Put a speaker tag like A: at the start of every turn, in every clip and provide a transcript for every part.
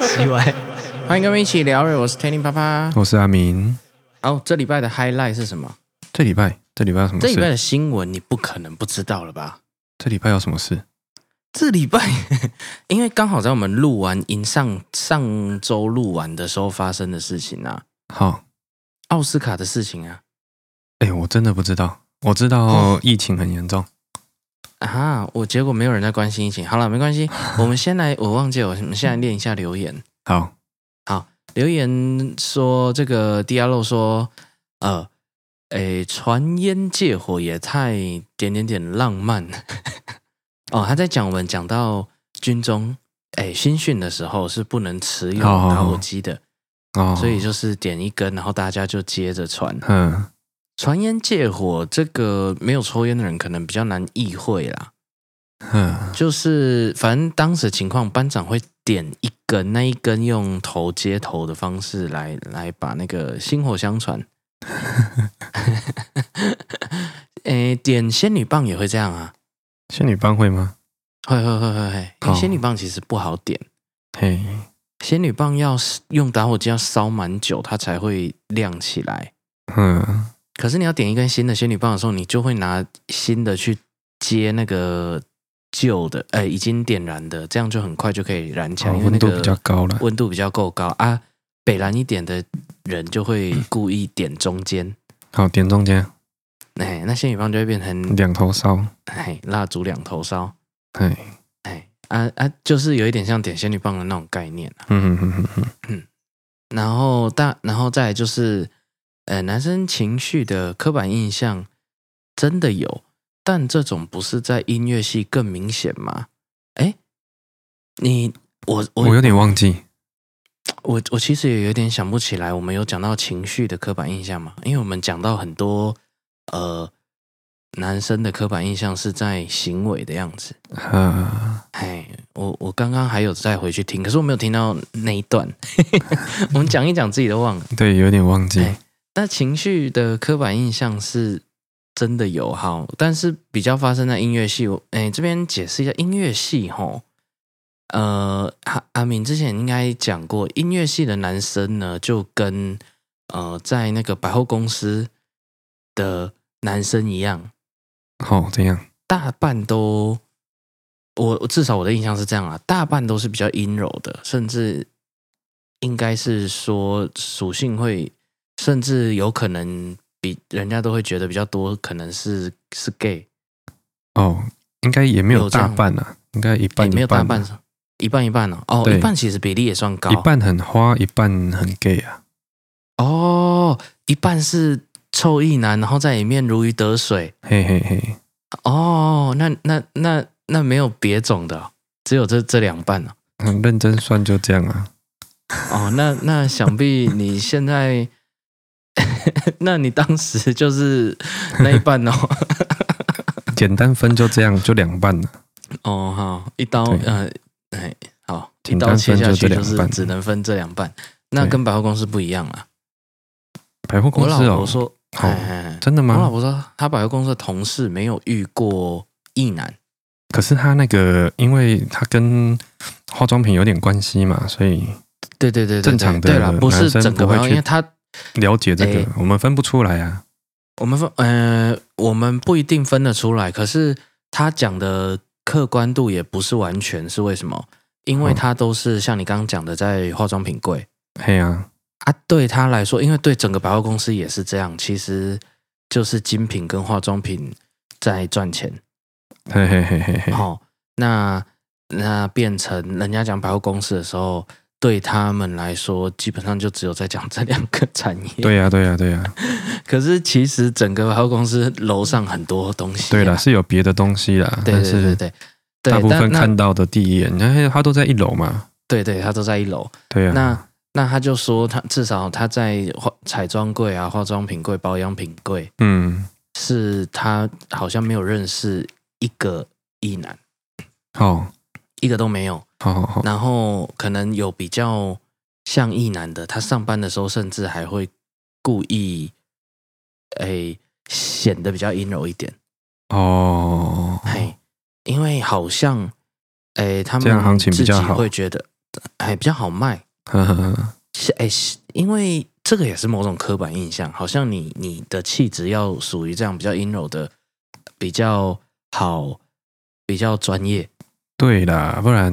A: 奇怪。 欢迎跟我们一起聊 瑞，我是 Tanny 啪啪。
B: 我是阿明。
A: 好，这礼拜的 highlight 是什么？
B: 这礼拜，这礼拜有什么
A: 这礼拜
B: 事？
A: 的新闻你不可能不知道了吧？
B: 这礼拜有什么事？
A: 这礼拜， 因为刚好在我们录完迎上上周录完的时候发生的事情啊，
B: 好，
A: 奥斯卡的事情啊，
B: 哎、我真的不知道。我知
A: 哦
B: 道疫情很严重，
A: 啊，我结果没有人在关心疫情。好了，没关系，我们先来，我忘记了，我们现在念一下留言。
B: 好，
A: 留言说这个 D R 说，呃，诶，传烟借火也太点点点浪漫 哦。他在讲我们讲到军中，诶，新训的时候是不能持有
B: 哦
A: 打火机的，
B: 哦，
A: 所以就是点一根，然后大家就接着传。
B: 嗯，
A: 传烟借火这个没有抽烟的人可能比较难意会啦。
B: 嗯，
A: 就是反正当时情况，班长会点一根，那一根用头接头的方式来来把那个薪火相传。 诶、哎点仙女棒也会这样啊，
B: 仙女班会吗？
A: 会会会会会，因为
B: 哦
A: 仙女棒其实不好点，
B: 嘿，
A: 仙女棒要用打火机要烧蛮久，它才会亮起来。
B: 嗯，
A: 可是你要点一根新的仙女棒的时候，你就会拿新的去接那个旧的，呃，已经点燃的，这样就很快就可以燃起来，
B: 哦
A: 因为
B: 温
A: 那
B: 度
A: 个
B: 比较高了。
A: 温度比较够高啊。北蓝一点的人就会故意点中间，
B: 好，点中间，
A: 哎，那仙女棒就会变成
B: 两头烧。
A: 哎蜡烛两头烧，
B: 嘿，
A: 哎啊啊，就是有一点像点仙女棒的那种概念、啊、
B: 嗯嗯嗯嗯，
A: 然后大，然后再来就是，呃，男生情绪的刻板印象真的有，但这种不是在音乐系更明显吗？哎，你我我
B: 我有点忘记。
A: 我我其实也有点想不起来，我们有讲到情绪的刻板印象嘛？因为我们讲到很多呃男生的刻板印象是在行为的样子。
B: 啊，
A: 哎，我我刚刚还有再回去听，可是我没有听到那一段。 我们讲一讲自己都忘了。
B: 对，有点忘记。
A: 哎那情绪的刻板印象是真的有好，但是比较发生在音乐系。我哎，这边解释一下音乐系吼。呃，阿阿敏之前应该讲过，音乐系的男生呢，就跟呃在那个百货公司的男生一样，
B: 好，这样。
A: 大半都我我至少我的印象是这样啊，大半都是比较阴柔的，甚至应该是说属性会，甚至有可能比人家都会觉得比较多，可能是是 gay，
B: 哦，应该也没
A: 有
B: 有
A: 这样
B: 大半啊，应该一
A: 也
B: 半
A: 没
B: 一
A: 有大
B: 半，
A: 半
B: 一，
A: 一半一半哦，哦，
B: 对
A: 一半其实比例也算高，
B: 半很花，一半很 gay 啊。
A: 哦，一半是臭意男，然后在里面如鱼得水，
B: 嘿嘿嘿，
A: 哦，那那那那没有别种的哦、只有这这两半哦。
B: 很认真算就这样啊。
A: 哦，那那想必你现在，那你当时就是那一半哦。
B: 简单分就这样，就两半了。
A: 哦，好，一刀，
B: 对
A: 呃，哎，好，一
B: 简
A: 刀
B: 单
A: 切
B: 分
A: 下
B: 就
A: 去
B: 这
A: 就
B: 两
A: 是
B: 半。
A: 只能分这两半。那
B: 对
A: 跟百货公司不一样啊。
B: 百货
A: 我
B: 公
A: 老
B: 司
A: 婆
B: 哦，
A: 说，
B: 好
A: 哎哎
B: 真的
A: 哎我老
B: 吗？
A: 婆说，她百货公司的同事没有遇过异男。
B: 可是他那个，因为他跟化妆品有点关系嘛，所以
A: 对对对对，
B: 正常的
A: 对对啦，不是
B: 男生
A: 整个
B: 不会
A: 百货，
B: 去
A: 因为她
B: 了解这
A: 哎
B: 个，我们分不出来啊。
A: 我们分，呃，我们不一定分得出来，可是他讲的客观度也不是完全，是为什么？因为
B: 嗯
A: 他都是像你刚刚讲的，在化妆品柜
B: 嘿啊，
A: 啊，对他来说，因为对整个百货公司也是这样，其实就是精品跟化妆品在赚钱。
B: 嘿嘿嘿嘿嘿，
A: 哦，那那变成人家讲百货公司的时候，对他们来说，基本上就只有在讲这两个产业。，
B: 对呀对呀啊对呀，
A: 可是其实整个百货公司楼上很多东西、啊
B: 对啦，。是有别的东西啦，
A: 对
B: 但
A: 对对
B: 是
A: 对，对
B: 大部分
A: 但那
B: 看到的第一眼，你看他都在一楼嘛，
A: 对对，他都在一楼。
B: 对啊呀，
A: 那那他就说他，至少他在化彩妆柜啊、化妆品柜、保养品柜，
B: 嗯，
A: 是他好像没有认识一个异男，
B: 好，
A: 一个都没有。
B: 好好好，
A: 然后可能有比较像异男的，他上班的时候甚至还会故意，诶、显得比较阴柔一点。
B: 哦，
A: 嘿，因为好像哎，他
B: 这样行
A: 们
B: 情
A: 自
B: 比
A: 己
B: 较好
A: 会觉得哎比较好卖，
B: 呵呵呵
A: 是哎、是因为这个也是某种刻板印象，好像你你的气质要属于这样比较阴柔的，比较好，比较专业。
B: 对啦，不然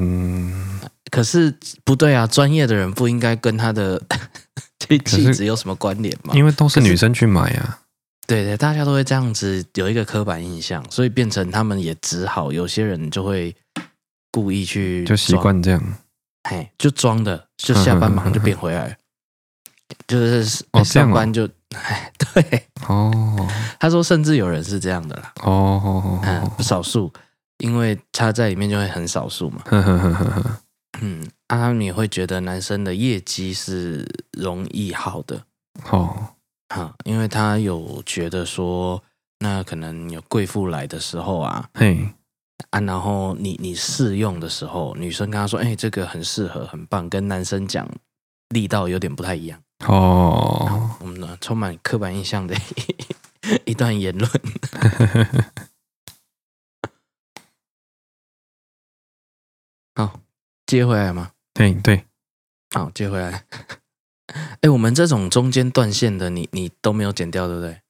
A: 可是不对啊，专业的人不应该跟他的 气
B: 可
A: 气
B: 是
A: 质有什么关联吗？
B: 因为都是
A: 可是
B: 女生去买啊，
A: 对对，大家都会这样子有一个刻板印象，所以变成他们也只好有些人就会故意去
B: 就习
A: 装
B: 惯这样。
A: 嘿，就装的，就下班马上就变回来了， 就是
B: 哦这
A: 上
B: 样哦
A: 班就， 哎，对，
B: 哦
A: 他说甚至有人是这样的啦，
B: 哦哦
A: 嗯
B: 哦，，
A: 少数，因为他在里面就会很少数嘛，
B: 呵呵呵呵呵，
A: 嗯，啊，你会觉得男生的业绩是容易好的
B: 好，
A: 哈、因为他有觉得说，那可能有贵妇来的时候啊，
B: 嘿，
A: 啊，然后你你试用的时候，女生跟他说，哎、这个很适合，很棒，跟男生讲力道有点不太一样。
B: 哦，
A: 我们呢充满刻板印象的一 段言论。好，接回来吗？
B: 对对，
A: 好，接回来。 哎、我们这种中间断线的你，你都没有剪掉，对不对？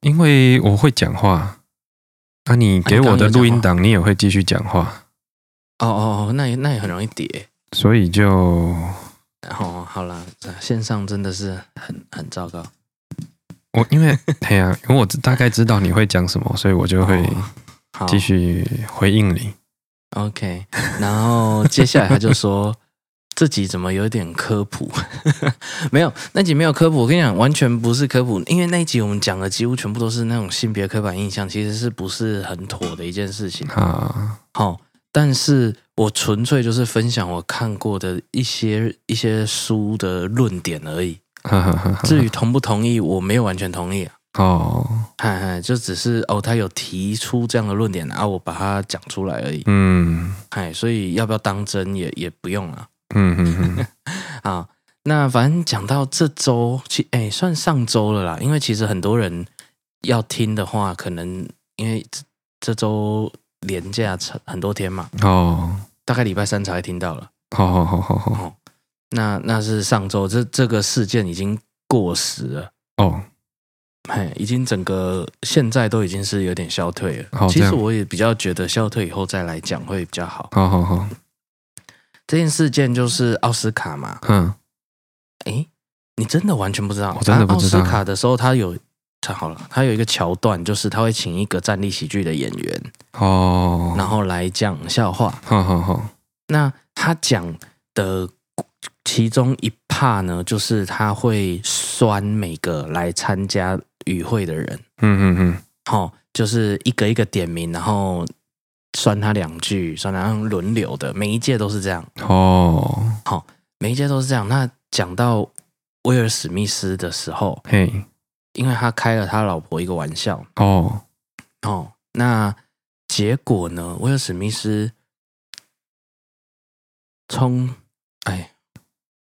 B: 因为我会讲话，啊，你给我的录音档，你也会继续讲话，
A: 哦哦哦，那也那也很容易叠。
B: 所以就
A: 哦，好啦，线上真的是很很糟糕。
B: 我因为嘿呀、因为我大概知道你会讲什么，所以我就会
A: 哦好，
B: 继续回应你。
A: OK，然后接下来他就说这集怎么有点科普？ 没有，那集没有科普。我跟你讲，完全不是科普，因为那一集我们讲的几乎全部都是那种性别刻板印象，其实是不是很妥的一件事情？
B: 啊，
A: 好、但是我纯粹就是分享我看过的一些一些书的论点而已。
B: 哈哈哈哈
A: 至于同不同意，我没有完全同意啊。
B: 哦，
A: 嗨嗨，就只是哦，他有提出这样的论点啊，我把它讲出来而已。
B: 嗯
A: 嗨，所以要不要当真也也不用了。
B: 嗯嗯嗯，
A: 啊，那反正讲到这周，其哎、算上周了啦，因为其实很多人要听的话，可能因为这这周连假差很多天嘛，
B: 哦，
A: 大概礼拜三才会听到了。
B: 好好好好好，
A: 那那是上周，这这个事件已经过时了。
B: 哦，
A: 嘿，已经整个现在都已经是有点消退了。
B: 好
A: 其
B: 哦这
A: 实
B: 样
A: 我也比较觉得消退以后再来讲会比较好。
B: 好好好，
A: 这件事件就是奥斯卡嘛，
B: 嗯，
A: 诶，你真的完全不知道？
B: 我真的不知道
A: 啊奥斯卡的时候，他有他好了，他有一个桥段，就是他会请一个站立喜剧的演员，
B: 哦，
A: 然后来讲笑话。
B: 好好好，
A: 那他讲的其中一 part 呢，就是他会酸每个来参加与会的人，
B: 嗯嗯嗯，
A: 哦，就是一个一个点名，然后酸他两句，酸他轮流的，每一届都是这样。
B: 哦，
A: 每一届都是这样。那讲到威尔史密斯的时候，
B: 嘿，
A: 因为他开了他老婆一个玩笑
B: 哦，
A: 哦，那结果呢，威尔史密斯冲，哎，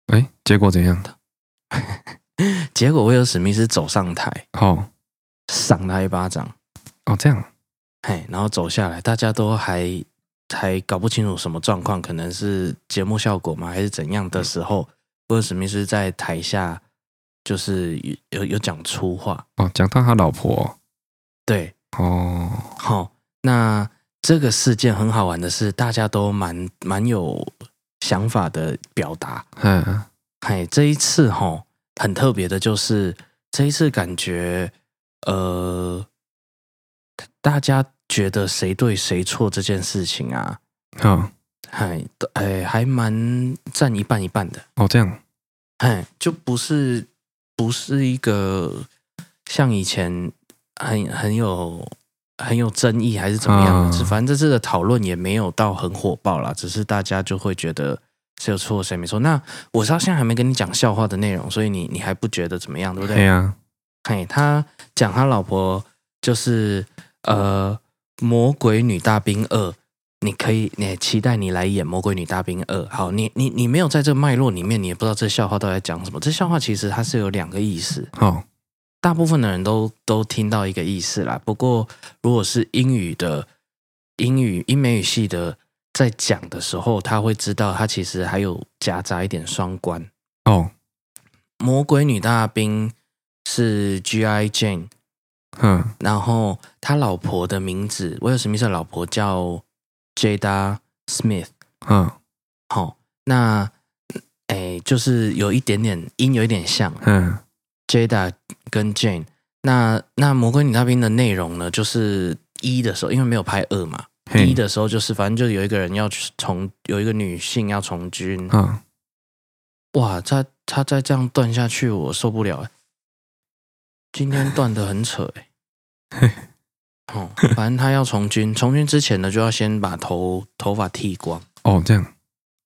B: 哎，结果怎样？
A: 结果威尔史密斯走上台，
B: 哦
A: 赏他一巴掌，
B: 哦，这样，
A: 嘿，然后走下来，大家都还。还搞不清楚什么状况，可能是节目效果吗，还是怎样的时候，威尔史密斯在台下就是有有有讲粗话，
B: 哦，讲到他老婆，
A: 对，
B: 哦，
A: 好、那这个事件很好玩的是，大家都蛮蛮有想法的表达。
B: 嗯，
A: 哎，这一次哈、很特别的就是这一次感觉，呃，大家觉得谁对谁错这件事情啊，
B: 好，
A: 哎，都哎，还蛮占一半一半的。
B: 哦，这样，
A: 哎，就不是不是一个像以前很很有很有争议还是怎么样的，
B: 嗯
A: 是反正这次的讨论也没有到很火爆啦，只是大家就会觉得谁有错谁没错。那我知道现在还没跟你讲笑话的内容，所以你你还不觉得怎么样，对不
B: 嘿
A: 对？
B: 呀，
A: 嘿，他讲他老婆就是呃《魔鬼女大兵二》。你可以，你期待你来演《魔鬼女大兵二》。好，你你你没有在这脉络里面，你也不知道这笑话到底在讲什么。这笑话其实它是有两个意思，
B: 好，
A: 大部分的人都都听到一个意思啦。不过如果是英语的英语英美语系的在讲的时候，他会知道他其实还有夹杂一点双关。
B: 哦，
A: 《魔鬼女大兵》是 G.I. Jane，
B: 嗯，
A: 然后他老婆的名字，威尔史密斯的老婆叫 Jada Smith。
B: 嗯，
A: 好、那哎，就是有一点点音，有一点像
B: 嗯，
A: Jada 跟 Jane。那那《魔鬼女大兵》的内容呢，就是一的时候，因为没有拍二嘛，
B: 嘿
A: 一，的时候就是反正就有一个人要去从有一个女性要从军，
B: 嗯，
A: 哇，他他再这样断下去，我受不了、欸。今天断的很扯哎、欸，哦，反正他要从军，从军之前呢，就要先把头头发剃光。
B: 哦，这样，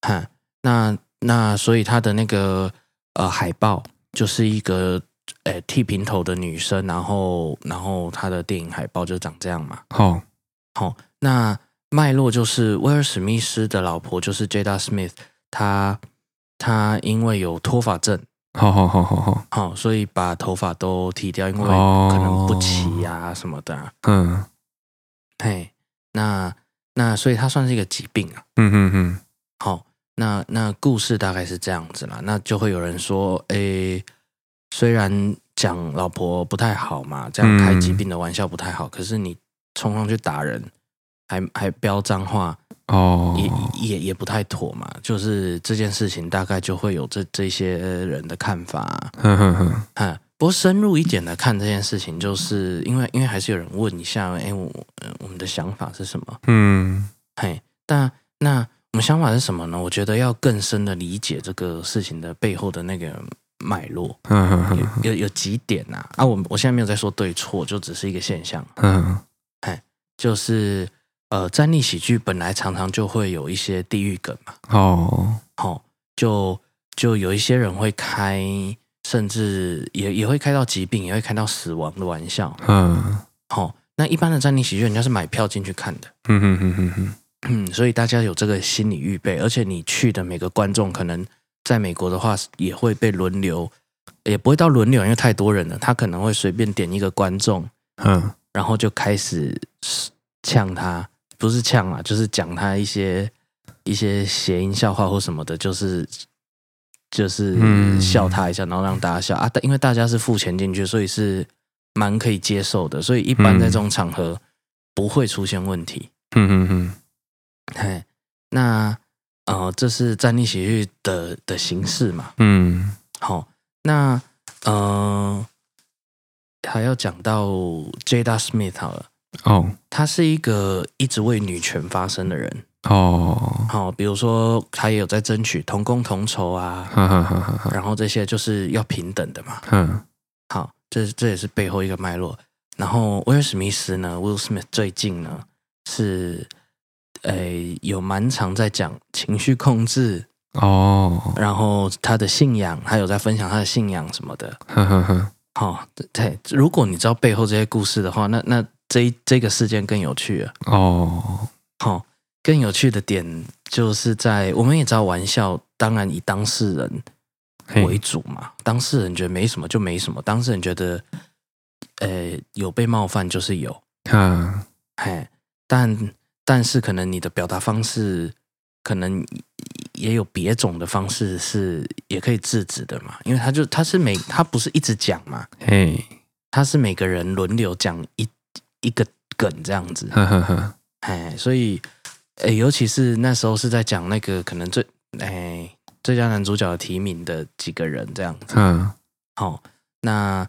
A: 哈，那那所以他的那个呃海报就是一个呃剃平头的女生，然后然后他的电影海报就长这样嘛。
B: 好，
A: 那脉络就是威尔史密斯的老婆就是 Jada Smith，她她因为有脱发症，
B: 好好好好好，
A: 好、哦所以把头发都剃掉，因为
B: 哦
A: 可能不齐呀、什么的、啊。
B: 嗯，
A: 嘿，那那所以它算是一个疾病啊。
B: 嗯嗯嗯，
A: 好、那那故事大概是这样子啦。那就会有人说，诶，虽然讲老婆不太好嘛，这样
B: 嗯
A: 开疾病的玩笑不太好，可是你冲上去打人，还还飙脏话，也、
B: 哦，
A: 也也不太妥嘛。就是这件事情，大概就会有这这些人的看法、啊。
B: 哼哼哼，
A: 嗯，不过深入一点的看这件事情，就是因为因为还是有人问一下，哎，我呃我们的想法是什么？
B: 嗯，
A: 嘿，那那我们想法是什么呢？我觉得要更深的理解这个事情的背后的那个脉络，
B: 哼哼嗯哼
A: 有有有几点呐、啊？啊，我我现在没有在说对错，就只是一个现象，
B: 哼，
A: 就是呃，战力喜剧本来常常就会有一些地域梗嘛，
B: 哦，
A: 好、就就有一些人会开，甚至也也会开到疾病，也会开到死亡的玩笑，
B: 嗯，
A: 好、那一般的战力喜剧，人家是买票进去看的，
B: 嗯哼哼哼哼，
A: 嗯，所以大家有这个心理预备，而且你去的每个观众，可能在美国的话也会被轮流，也不会到轮流，因为太多人了，他可能会随便点一个观众，
B: 嗯，
A: 然后就开始呛他，不是呛啊，就是讲他一些一些谐音笑话或什么的，就是就是
B: 嗯
A: 笑他一下，然后让大家笑啊。但因为大家是付钱进去，所以是蛮可以接受的，所以一般在这种场合不会出现问题。
B: 嗯哼哼，
A: 嘿，那呃，这是战力喜剧的的形式嘛？
B: 嗯，
A: 好、那呃，还要讲到 Jada Smith 好了，
B: 哦，
A: 她是一个一直为女权发声的人。
B: 哦，
A: 好、比如说她也有在争取同工同酬啊，
B: 哈哈哈哈哈，
A: 然后这些就是要平等的嘛。
B: 嗯，
A: 好，这这也是背后一个脉络。然后威尔史密斯呢，Will Smith 最近呢是，诶、有蛮常在讲情绪控制，
B: 哦，
A: 然后他的信仰，还有在分享他的信仰什么的。
B: 哈哈哈，
A: 好、哦，对，如果你知道背后这些故事的话，那那这一这个事件更有趣了。
B: 哦，
A: 好、更有趣的点就是在我们也知道玩笑，当然以当事人为
B: 嘿，
A: 主嘛。当事人觉得没什么就没什么，当事人觉得，呃，有被冒犯就是有，
B: 哈，
A: 嘿，但但是可能你的表达方式，可能也有别种的方式是也可以制止的嘛，因为他就他是每他不是一直讲嘛，
B: 嘿，
A: 他是每个人轮流讲一一个梗这样子，
B: 哈哈哈，
A: 哎，所以哎，尤其是那时候是在讲那个可能最哎最佳男主角的提名的几个人这样子，
B: 嗯，
A: 好、那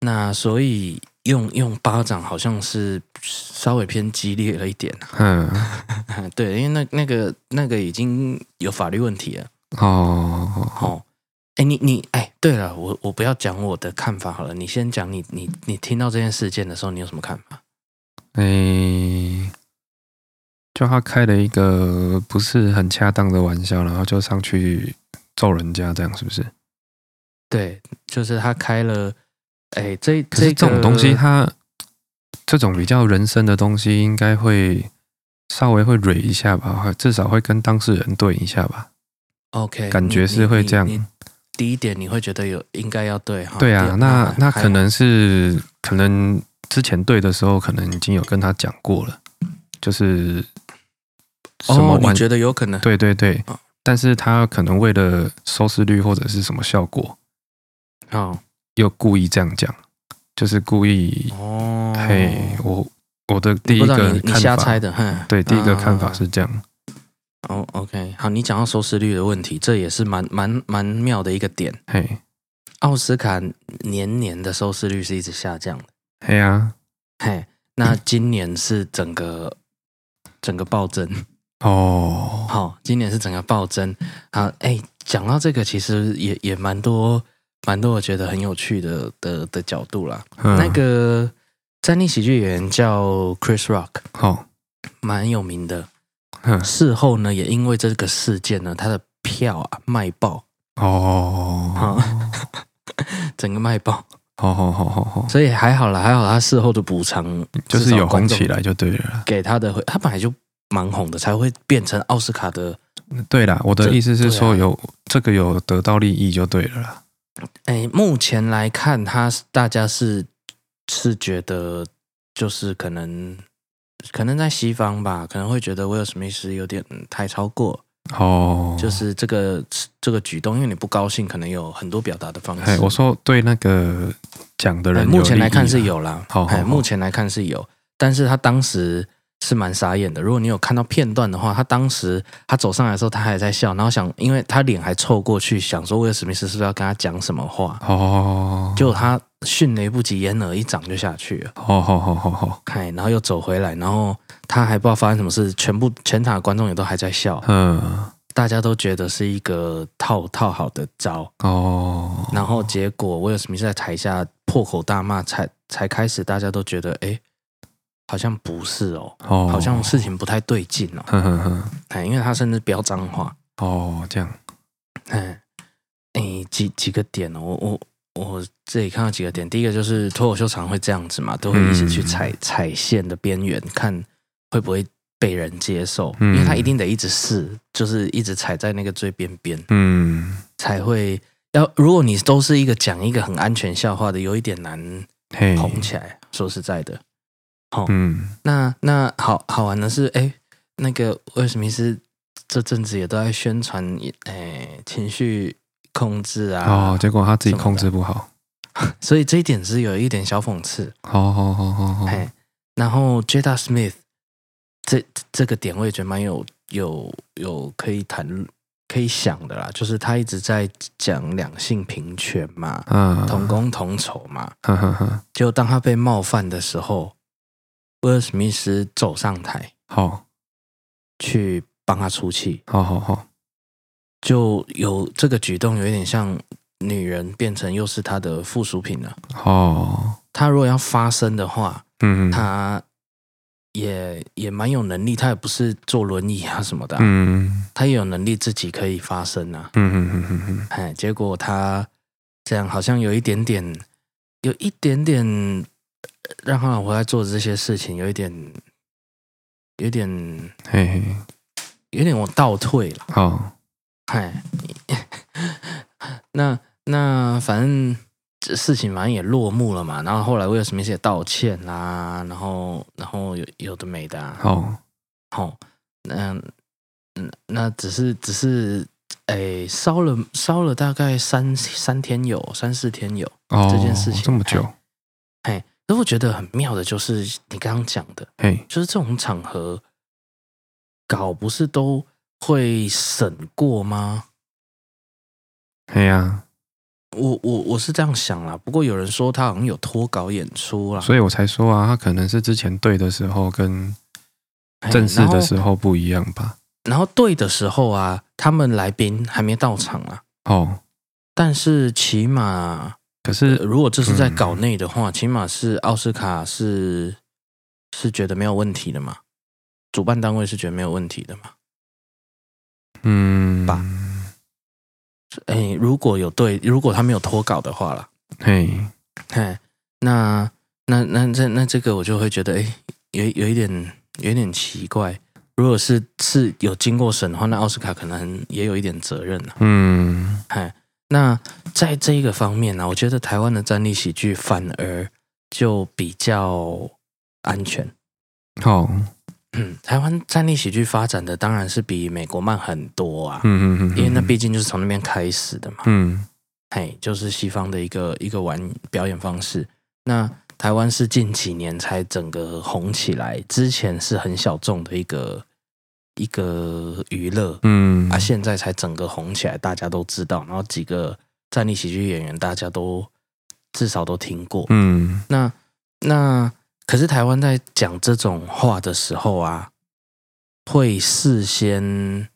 A: 那所以用用巴掌好像是稍微偏激烈了一点。啊
B: 嗯，
A: 对，因为那那个那个已经有法律问题了。
B: 哦，
A: 哦，哎，你你哎，对了，我我不要讲我的看法好了，你先讲你你你听到这件事件的时候，你有什么看法？
B: 诶，就他开了一个不是很恰当的玩笑，然后就上去揍人家，这样是不是？
A: 对，就是他开了，哎，这
B: 可是
A: 这
B: 这种
A: 个
B: 东西它，这种比较人生的东西，应该会稍微会蕊一下吧，至少会跟当事人对一下吧。
A: OK，
B: 感
A: 你
B: 觉是会这样。
A: 你你你第一点，你会觉得有应该要对哈？
B: 对
A: 第
B: 啊
A: 二，
B: 那那
A: 还
B: 可能是可能之前对的时候，可能已经有跟他讲过了，就是什么
A: 哦，你
B: 玩
A: 觉得有可能？
B: 对对对
A: 哦，
B: 但是他可能为了收视率或者是什么效果，
A: 哦
B: 又故意这样讲，就是故意，
A: 哦，
B: 嘿，我我的第
A: 你
B: 一
A: 不知道
B: 个
A: 你你瞎
B: 看
A: 猜
B: 法，
A: 的，哼，
B: 对，第一个
A: 啊
B: 看法是这样，
A: 哦，OK，好，你讲到收视率的问题，这也是蛮蛮蛮妙的一个点。
B: 嘿，
A: 奥斯卡年年的收视率是一直下降的，
B: 嘿啊，
A: 嘿，那今年是整个整个暴增，
B: 哦，
A: 好、今年是整个暴增。好，哎，讲到这个，其实也也蛮多蛮多我觉得很有趣的的的角度啦。
B: 嗯
A: 那个战地喜剧演员叫 Chris Rock，
B: 好，嗯
A: 蛮有名的。
B: 哼，
A: 事后呢，也因为这个事件呢，他的票啊卖爆，
B: 哦，
A: 好整个卖爆，
B: 好好好好好，
A: 所以还好啦，还好他事后的补偿
B: 就是有红起
A: 起来。
B: 来就对了啦。
A: 给他的回，他本来就蛮红的，才会变成奥斯卡的。
B: 对啦，我的
A: 这
B: 意思是说
A: 对啊
B: 有这个有得到利益就对了啦。
A: 哎，目前来看，他是大家是是觉得就是可能可能在西方吧，可能会觉得威尔史密斯有点嗯太超过，
B: 哦，
A: 就是这个这个举动，因为你不高兴，可能有很多表达的方
B: 嘿，
A: 式。
B: 哎我说对那个讲的
A: 哎
B: 人有利益啦，啊
A: 目前来看是有啦，
B: 好好
A: 哎
B: 好
A: 目前来看是有，但是他当时。是蛮傻眼的。如果你有看到片段的话，他当时他走上来的时候，他还在笑，然后想，因为他脸还凑过去，想说威尔史密斯是不是要跟他讲什么话，
B: 哦，
A: 就他迅雷不及掩耳一掌就下去了，
B: 好好好好好，
A: 哎，然后又走回来，然后他还不知道发生什么事，全部全场的观众也都还在笑，
B: 嗯，
A: 大家都觉得是一个套套好的招，
B: 哦，
A: 然后结果威尔史密斯在台下破口大骂，才才开始大家都觉得，哎，好像不是哦，
B: 哦，
A: 好像事情不太对劲哦，
B: 哼哼哼，
A: 哎，因为他甚至飙脏话，
B: 哦，这样，
A: 哎，哎几几个点哦，我我。我这里看到几个点，第一个就是脱口秀常会这样子嘛，都会一直去
B: 嗯
A: 踩、踩线的边缘，看会不会被人接受，
B: 嗯
A: 因为他一定得一直试，就是一直踩在那个最边边，
B: 嗯，
A: 才会要。如果你都是一个讲一个很安全笑话的，有一点难
B: 嘿，
A: 红起来。说实在的，
B: 嗯，
A: 那那好好玩的是，哎，那个威尔史密斯这阵子也都在宣传，哎，情绪控制啊，
B: 哦，结果他自己
A: 什么的
B: 控制不好，
A: 所以这一点是有一点小讽刺，
B: 好好好好好，
A: 哎，然后 Jada Smith 这这个点我也觉得蛮有有有可以谈论可以想的啦，就是他一直在讲两性平权嘛，
B: 嗯，
A: 同工同酬嘛，
B: 哼哼哼，
A: 就当他被冒犯的时候，威尔史密斯走上台
B: 好，
A: 去帮他出气，
B: 好好好，
A: 就有这个举动有一点像女人变成又是他的附属品了。
B: 好，
A: 他如果要发声的话，
B: 嗯，
A: 他也也蛮有能力，他也不是坐轮椅啊什么的啊、
B: 嗯，
A: 他也有能力自己可以发声啊。
B: 嗯嗯嗯嗯嗯，
A: 哎，结果他这样好像有一点点，有一点点呃让他老婆在做的这些事情，有一点，有点，
B: 嘿嘿，
A: 有点我倒退了。
B: 好，
A: 哎， 那那反正这事情反正也落幕了嘛。然后后来威尔史密斯也道歉啦，然后然后有有的没的、啊，
B: 好，
A: 好，那嗯，那只是只是，哎，烧了烧了大概三三天有，三四天有。
B: 哦，
A: 这件事情
B: 这么久，
A: 可是我觉得很妙的就是你刚刚讲的，
B: 嘿，
A: 就是这种场合搞不是都会审过吗？
B: 嘿呀，
A: 我我我是这样想啦，不过有人说他好像有脱稿演出啦，
B: 所以我才说啊，他可能是之前对的时候跟
A: 嘿
B: 正式的时
A: 哎然后
B: 候不一样吧？
A: 然后对的时候啊，他们来宾还没到场啊，
B: 哦，
A: 但是起码
B: 可是
A: 呃如果这是在
B: 嗯
A: 稿内的话，起码是奥斯卡是是觉得没有问题的嘛，主办单位是觉得没有问题的嘛。
B: 嗯，
A: 吧哎，如果有对，如果他没有脱稿的话啦，
B: 嘿，
A: 哎，那那那这那这个我就会觉得，哎，有有一点有一点奇怪。如果是是有经过审的话，那奥斯卡可能也有一点责任啊。
B: 嗯，
A: 那在这一个方面啊呢、我觉得台湾的战力喜剧反而就比较安全。
B: 哦好，
A: 嗯 台湾站立喜剧发展的当然是比美国慢很多啊，
B: 嗯嗯嗯，
A: 因为那毕竟就是从那边开始的嘛。
B: 嗯
A: 嘿，就是西方的一个一个玩表演方式。那台湾是近几年才整个红起来，之前是很小众的一个一个娱乐，
B: 嗯
A: 啊，现在才整个红起来，大家都知道。然后几个站立喜剧演员，大家都至少都听过。
B: 嗯
A: 那那可是台湾在讲这种话的时候啊，会事先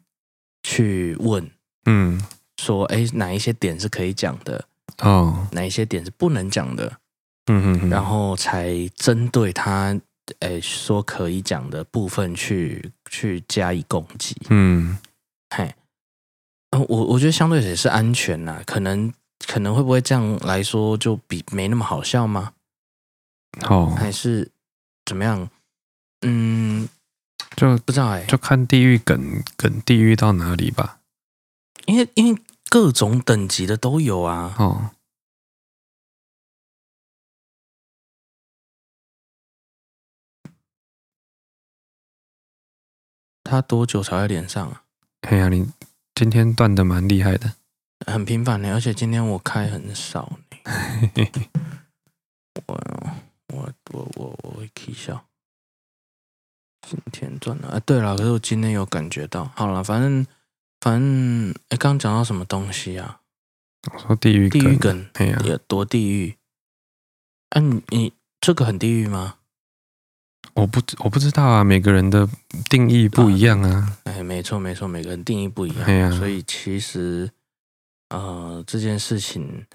A: 去问
B: 嗯
A: 说，哎，哪一些点是可以讲的，
B: 哦
A: 哪一些点是不能讲的，
B: 嗯嗯嗯，
A: 然后才针对他，哎，说可以讲的部分去去加以攻击。
B: 嗯
A: 嘿，呃我我觉得相对也是安全啦，可能可能会不会这样来说就比没那么好笑吗？
B: 好
A: 还是怎么样？嗯，
B: 就
A: 不知道哎、
B: 就看地域梗梗地域到哪里吧。
A: 因为因为各种等级的都有啊。
B: 哦，
A: 他多久才会连上啊？
B: 哎呀，你今天断的蛮厉害 的。
A: 很频繁的，而且今天我开很少呢。我我我我我会气笑。今天赚了啊！对了，可是我今天有感觉到，好了，反正反正，哎，刚刚讲到什么东西啊？
B: 我说地域
A: 地
B: 梗，
A: 狱梗
B: 哎呀，
A: 有多地狱？啊，你你这个很地狱吗？
B: 我不知我不知道啊，每个人的定义不一样啊。
A: 哎，没错没错，每个人定义不一样，
B: 哎呀
A: 所以其实呃这件事情，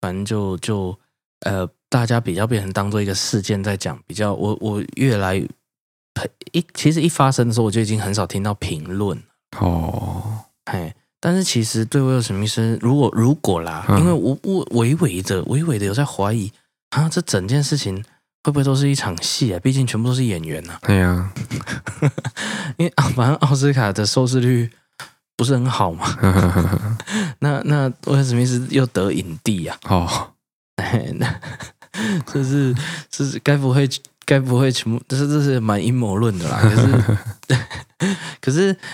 A: 反正就就呃大家比较变成当做一个事件在讲，比较我我越来一其实一发生的时候，我就已经很少听到评论，
B: 哦，
A: 哎。但是其实对威尔史密斯，如果如果啦，
B: 嗯
A: 因为我我微微的微微的有在怀疑啊，这整件事情会不会都是一场戏啊？毕竟全部都是演员呐、
B: 哎呀，
A: 因为啊， 反正奥斯卡的收视率不是很好嘛，
B: 呵呵呵呵
A: 那那威尔史密斯又得影帝啊，
B: 哦，
A: 那就是就是该不会该不会全部这是这是蛮阴谋论的啦，可是可是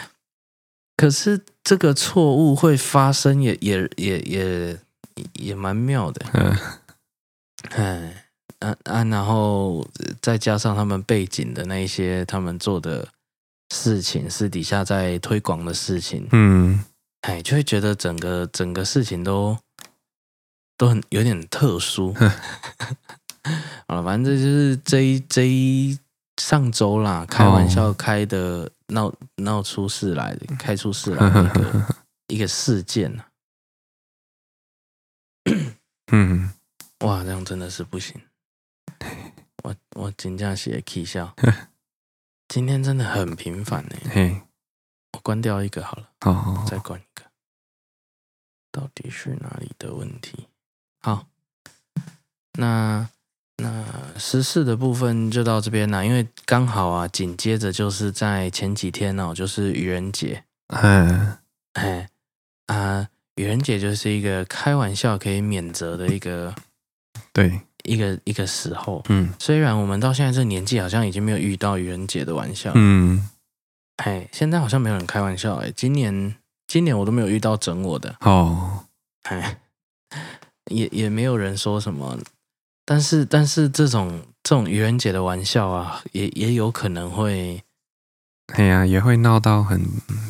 A: 可是这个错误会发生也也也也也蛮妙的，
B: 嗯
A: 哎。啊啊，然后呃再加上他们背景的那一些他们做的事情，私底下在推广的事情，
B: 嗯，
A: 哎，就会觉得整个整个事情都都很有点特殊。 好了，反正这就是这一这一上周啦，开玩笑开的闹闹出事来的，开出事来的一个一个事件啊
B: 嗯，
A: 哇，这样真的是不行。我我今天写 K 笑，今天真的很频繁呢、
B: 嘿，
A: 我关掉一个好了。
B: 哦，
A: 再管一个，到底是哪里的问题？好，那那时事的部分就到这边啦，因为刚好啊，紧接着就是在前几天哦，就是愚人节，
B: 哎，
A: 哎啊，愚人节就是一个开玩笑可以免责的一个
B: 对，
A: 一个一个时候。
B: 嗯
A: 虽然我们到现在这年纪，好像已经没有遇到愚人节的玩笑，
B: 嗯，
A: 哎，现在好像没有人开玩笑，哎，今年今年我都没有遇到整我的，
B: 哦，
A: 哎，也也没有人说什么，但是但是这种这种愚人节的玩笑啊，也也有可能会
B: 哎呀，也会闹到很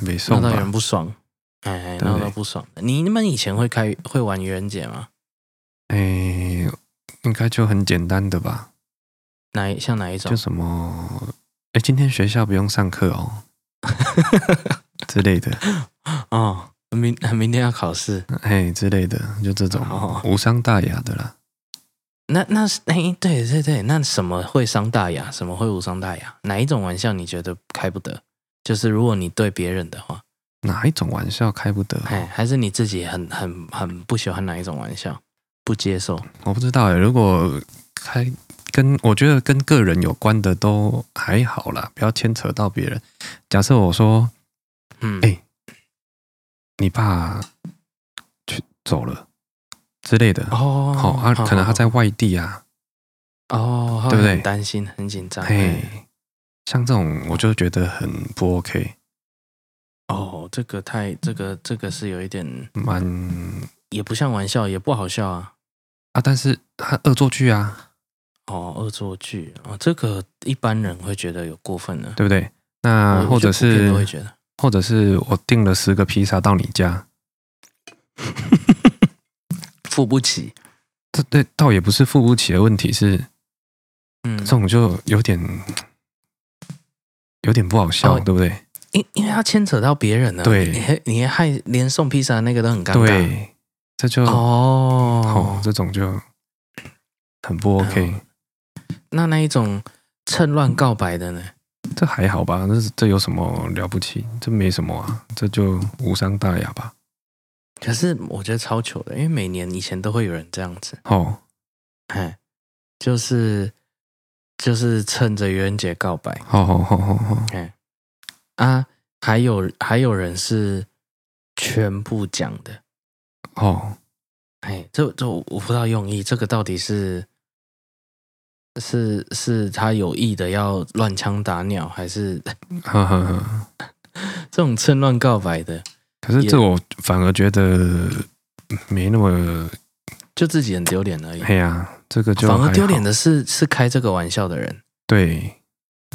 B: 没
A: 闹
B: 送
A: 到有
B: 吧
A: 人？不爽，哎，
B: 对
A: 闹到不爽。你你们以前会开会玩愚人节吗？
B: 哎，应该就很简单的吧？
A: 哪一像哪一种
B: 就？什么，哎，今天学校不用上课 哦之类的，
A: 哦，明 明天要考试，
B: 哎之类的，就这种
A: 哦
B: 无伤大雅的啦。
A: 那那是哎，对对对，那什么会伤大雅，什么会无伤大雅？哪一种玩笑你觉得开不得？就是如果你对别人的话，
B: 哪一种玩笑开不得？
A: 哎，还是你自己很很很不喜欢哪一种玩笑，不接受？
B: 我不知道哎、如果开跟我觉得跟个人有关的都还好啦，不要牵扯到别人。假设我说
A: 嗯，
B: 哎你爸去走了之类的，哦，
A: 哦，
B: 好、啊，可能他在外地啊，
A: 哦，
B: 对不对
A: 很担心，很紧张，
B: 嘿、
A: 哎
B: 像这种我就觉得很不 OK，
A: 哦，这个太这个这个是有一点，
B: 蛮
A: 也不像玩笑，也不好笑啊。
B: 啊，但是他恶作剧啊，
A: 哦，恶作剧啊、哦，这个一般人会觉得有过分了，
B: 对不对？那
A: 我
B: 或者
A: 我觉得普遍都会
B: 是
A: 觉得，
B: 或者是我订了十个披萨到你家，
A: 付不起。
B: 这这倒也不是付不起的问题，是
A: 嗯
B: 这，种就有点有点不好笑，
A: 哦
B: 对不对？
A: 因因为它牵扯到别人了，啊
B: 对
A: 你还你还连送披萨的那个都很尴尬。，
B: 对，这就哦
A: 哦，
B: 这种就很不 OK，、
A: 那那一种趁乱告白的呢？
B: 这还好吧？这这有什么了不起？这没什么啊，这就无伤大雅吧？
A: 可是我觉得超糗的，因为每年以前都会有人这样子，
B: 哦，
A: 哎，就是就是趁着愚人节告白
B: 好好好好好，
A: 啊，还有还有人是全部讲的，
B: 哦，
A: 哎，这这我我不知道用意，这个到底是是是他有意的要乱枪打鸟，还是
B: 哦呵呵呵。
A: 这种趁乱告白的，
B: 可是
A: 也
B: 这我反而觉得没那么
A: 就自己很丢脸而已。
B: 哎呀、这个就
A: 反
B: 还
A: 而
B: 好
A: 丢脸的是是开这个玩笑的人，
B: 对，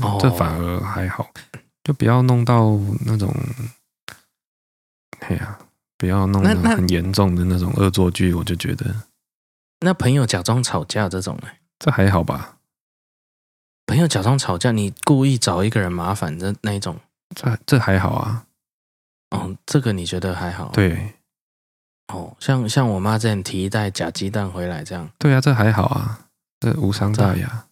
A: 哦
B: 嗯这反而还好，就不要弄到那种，哎呀、不要弄
A: 那
B: 得
A: 那
B: 很严重的那种恶作剧，我就觉得
A: 那朋友假装吵架这种呢？
B: 这还好吧，
A: 朋友假装吵架，你故意找一个人麻烦的那一种，
B: 这这还好啊，
A: 哦，这个你觉得还好？，
B: 对
A: 哦，像像我妈之前提一袋假鸡蛋回来这样，
B: 对啊，这还好啊，这无伤大雅，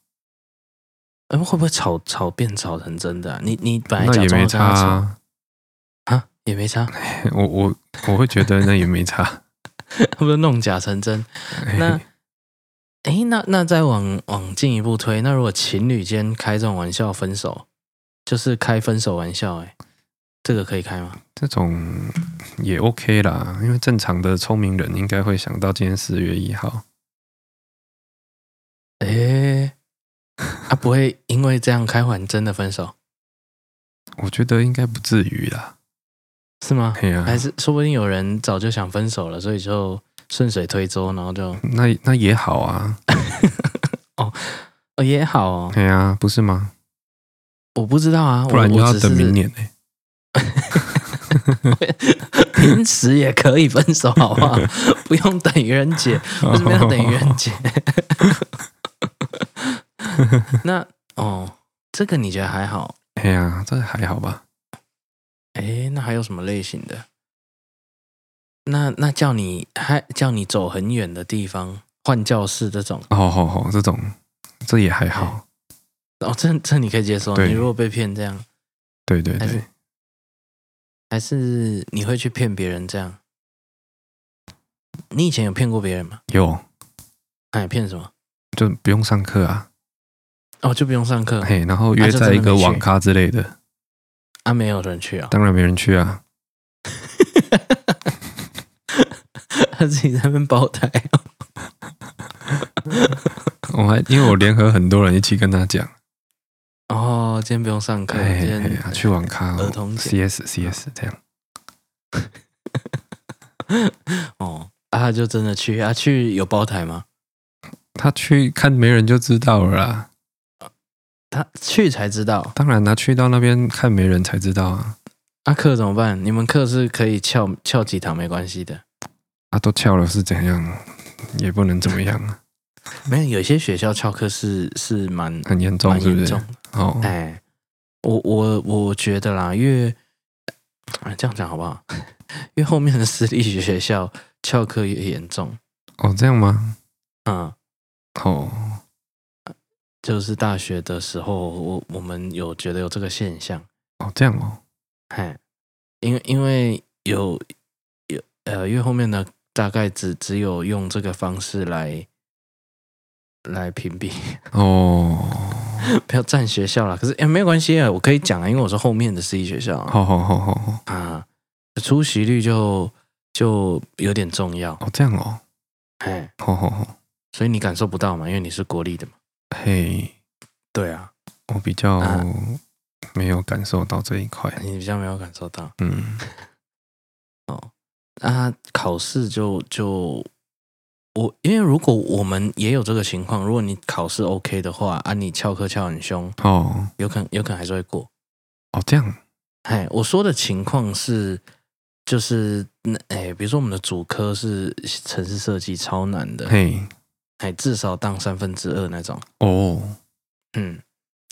A: 哎、会不会吵吵变吵成真的啊、你你本来
B: 那
A: 假
B: 也
A: 装
B: 没
A: 要跟
B: 差、
A: 她吵
B: 啊，
A: 啊，也没差，
B: 我我我会觉得那也没差，
A: 他们弄假成真。 那哎、那那再往往进一步推，那如果情侣间开这种玩笑分手，就是开分手玩笑、哎，这个可以开吗？
B: 这种也 OK 啦，因为正常的聪明人应该会想到今天四月一号，
A: 哎、他、啊不会因为这样开完真的分手
B: 我觉得应该不至于啦。
A: 是吗？
B: 哎呀、
A: 还是说不定有人早就想分手了，所以就顺水推舟，然后就
B: 那那也好啊，
A: 哦也好哦，
B: 哎呀、不是吗？
A: 我不知道啊，
B: 不然
A: 我
B: 又要
A: 我只是
B: 等明，年呢、
A: 平时也可以分手，好不好？ 不用等愚人节，
B: 欸
A: 为 什么要等愚人节？ 那哦，这个你觉得还好？
B: 哎呀，这还好吧？
A: 诶，那还有什么类型的？那那叫你还叫你走很远的地方换教室这种
B: 哦吼吼，这种这也还好。
A: 哦，这这你可以接受。
B: 对
A: 你如果被骗这样，
B: 对对
A: 还是
B: 对，
A: 还是你会去骗别人这样？你以前有骗过别人吗？
B: 有
A: 哎，骗什么？
B: 就不用上课啊，
A: 哦，就不用上课
B: 嘿，然后约在一个网咖之类的，
A: 啊，没有人去啊、
B: 当然没人去啊。
A: 他自己在那边包台、
B: 我还因为我联合很多人一起跟他讲，
A: 哦，今天不用上课，
B: 哎
A: 今
B: 哎
A: 天、
B: 呀，去网咖
A: 儿童节
B: CS CS 这样，
A: 哦，啊，他就真的去啊，去有包台吗？
B: 他去看没人就知道了啦。
A: 他去才知道。
B: 当然啦、去到那边看没人才知道啊，
A: 啊，课怎么办？你们课是可以翘翘几堂没关系的，
B: 啊都翘了是怎样，也不能怎么样啊，
A: 没有，有些学校翘课是是蛮
B: 很严重
A: 蛮
B: 是不
A: 严
B: 是
A: 重？
B: 哦，
A: 哎，我我我觉得啦，越啊这样讲好不好？ 越后面的私立学校翘课越严重，
B: 哦，这样吗？
A: 嗯，
B: 哦，
A: 就是大学的时候，我我们有觉得有这个现象，
B: 哦，这样哦，
A: 哎，因为因为有有呃，越后面的大概只只有用这个方式来来屏蔽，
B: 哦，
A: 不要占学校啦。可是哎、没有关系啊，我可以讲啊，因为我是后面的私立学校啊，
B: 好好好好好，
A: 啊，出席率就就有点重要，
B: 哦，这样哦，
A: 哎，
B: 好好好，
A: 所以你感受不到嘛，因为你是国立的嘛。
B: 嘿，
A: 对啊，
B: 我比较
A: 啊
B: 没有感受到这一块。
A: 你比较没有感受到。
B: 嗯，
A: 那他考试就就我，因为如果我们也有这个情况，如果你考试 OK 的话，啊，你翘课翘很凶，
B: 哦
A: 有可能有可能还是会过。
B: 哦，这样
A: 哎，我说的情况是，就是那哎，比如说我们的主科是城市设计，超难的，
B: 嘿
A: 哎，至少当三分之二那种。
B: 哦，
A: 嗯，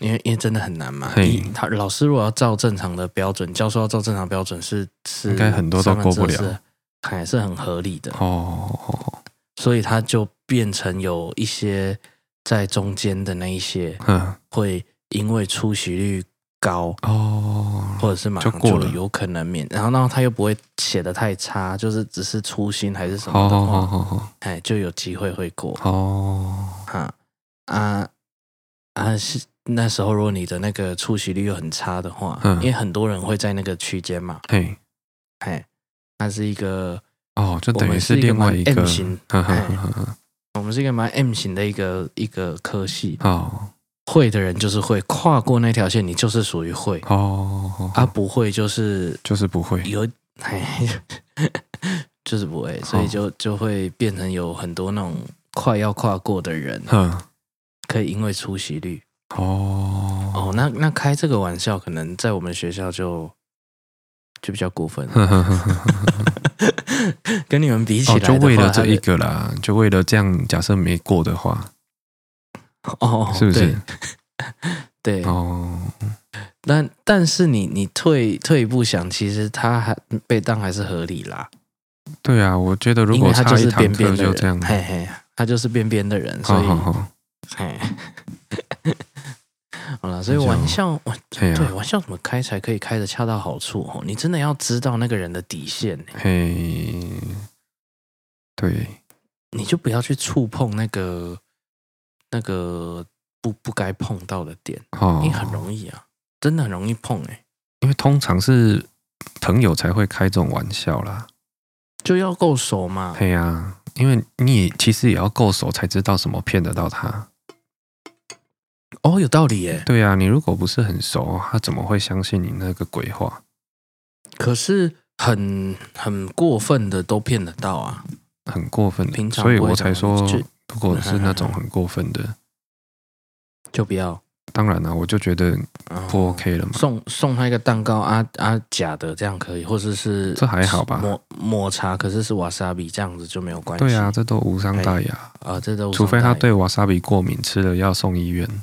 A: 因为因为真的很难嘛。
B: 嘿
A: 一他老师如果要照正常的标准，教授要照正常标准是是，
B: 应该很多都过不了
A: 是，还是很合理的。
B: 哦哦，
A: 所以他就变成有一些在中间的那一些
B: 嗯
A: 会因为出席率高。
B: 哦，
A: 或者是马上
B: 就过了
A: 有可能免，然后然后他又不会写的太差，就是只是粗心还是什么的
B: 好好
A: 话，
B: 好好好
A: 哎，就有机会会过。
B: 哦，
A: 哈啊啊是那时候，如果你的那个出席率又很差的话，
B: 嗯
A: 因为很多人会在那个区间嘛，
B: 嘿
A: 哎，它是一个
B: 哦，就
A: 我
B: 等于
A: 们是一个
B: 另外
A: 蛮
B: 一个嗯
A: M 型，
B: 呵呵
A: 哎
B: 呵呵
A: 我们是一个蛮 M 型的一个一个科系，
B: 哦
A: 会的人就是会跨过那条线，你就是属于会
B: 哦哦，
A: 哎啊，不会就是
B: 就是不会
A: 有哎， 就是不会，所以就就会变成有很多那种快要跨过的人，
B: 哼
A: 可以因为出席率
B: 哦，
A: 哦，那那开这个玩笑，可能在我们学校就就比较过分，
B: 呵呵呵呵呵
A: 跟你们比起来
B: 哦，
A: 的话、
B: 就为了这一
A: 他
B: 个啦，就为了这样，假设没过的话，
A: 的哦，
B: 是不是？
A: 对，对
B: 哦，
A: 但但是你你退退一步想，其实他还被当还是合理啦，
B: 对啊，我觉得如
A: 因为
B: 果
A: 他
B: 差
A: 就
B: 一
A: 是
B: 堂
A: 边边
B: 课
A: 的
B: 就
A: 人，
B: 这样，
A: 嘿嘿，他就是边边的人，所
B: 好
A: 以
B: 好好，
A: 嘿，好了，所以玩笑玩
B: 嘿
A: 对
B: 啊，
A: 玩笑怎么开才可以开的恰到好处哦，你真的要知道那个人的底线，
B: 嘿，对，
A: 你就不要去触碰那个那个不不该碰到的点，
B: 哦
A: 因为，很容易啊，真的很容易碰哎、
B: 因为通常是朋友才会开这种玩笑啦，
A: 就要够熟嘛。
B: 嘿啊，因为你也其实也要够熟才知道什么骗得到他，
A: 哦，有道理耶。
B: 对啊，你如果不是很熟，他怎么会相信你那个鬼话？
A: 可是很很过分的都骗得到啊。
B: 很过分
A: 平
B: 的，
A: 常
B: 所以
A: 不会
B: 我
A: 这
B: 才
A: 样
B: 说，
A: 就
B: 如果是那种很过分的，
A: 就不要、
B: 当然啦、我就觉得
A: 嗯
B: 不 OK 了嘛。
A: 送送他一个蛋糕啊啊假的这样可以，或者是
B: 这还好吧
A: 抹抹茶可是是瓦萨比这样子就没有关系。
B: 对啊，这都无伤大雅，
A: 啊这都无
B: 除非
A: 伤
B: 他
A: 大雅
B: 对瓦萨比过敏，吃了要送医院。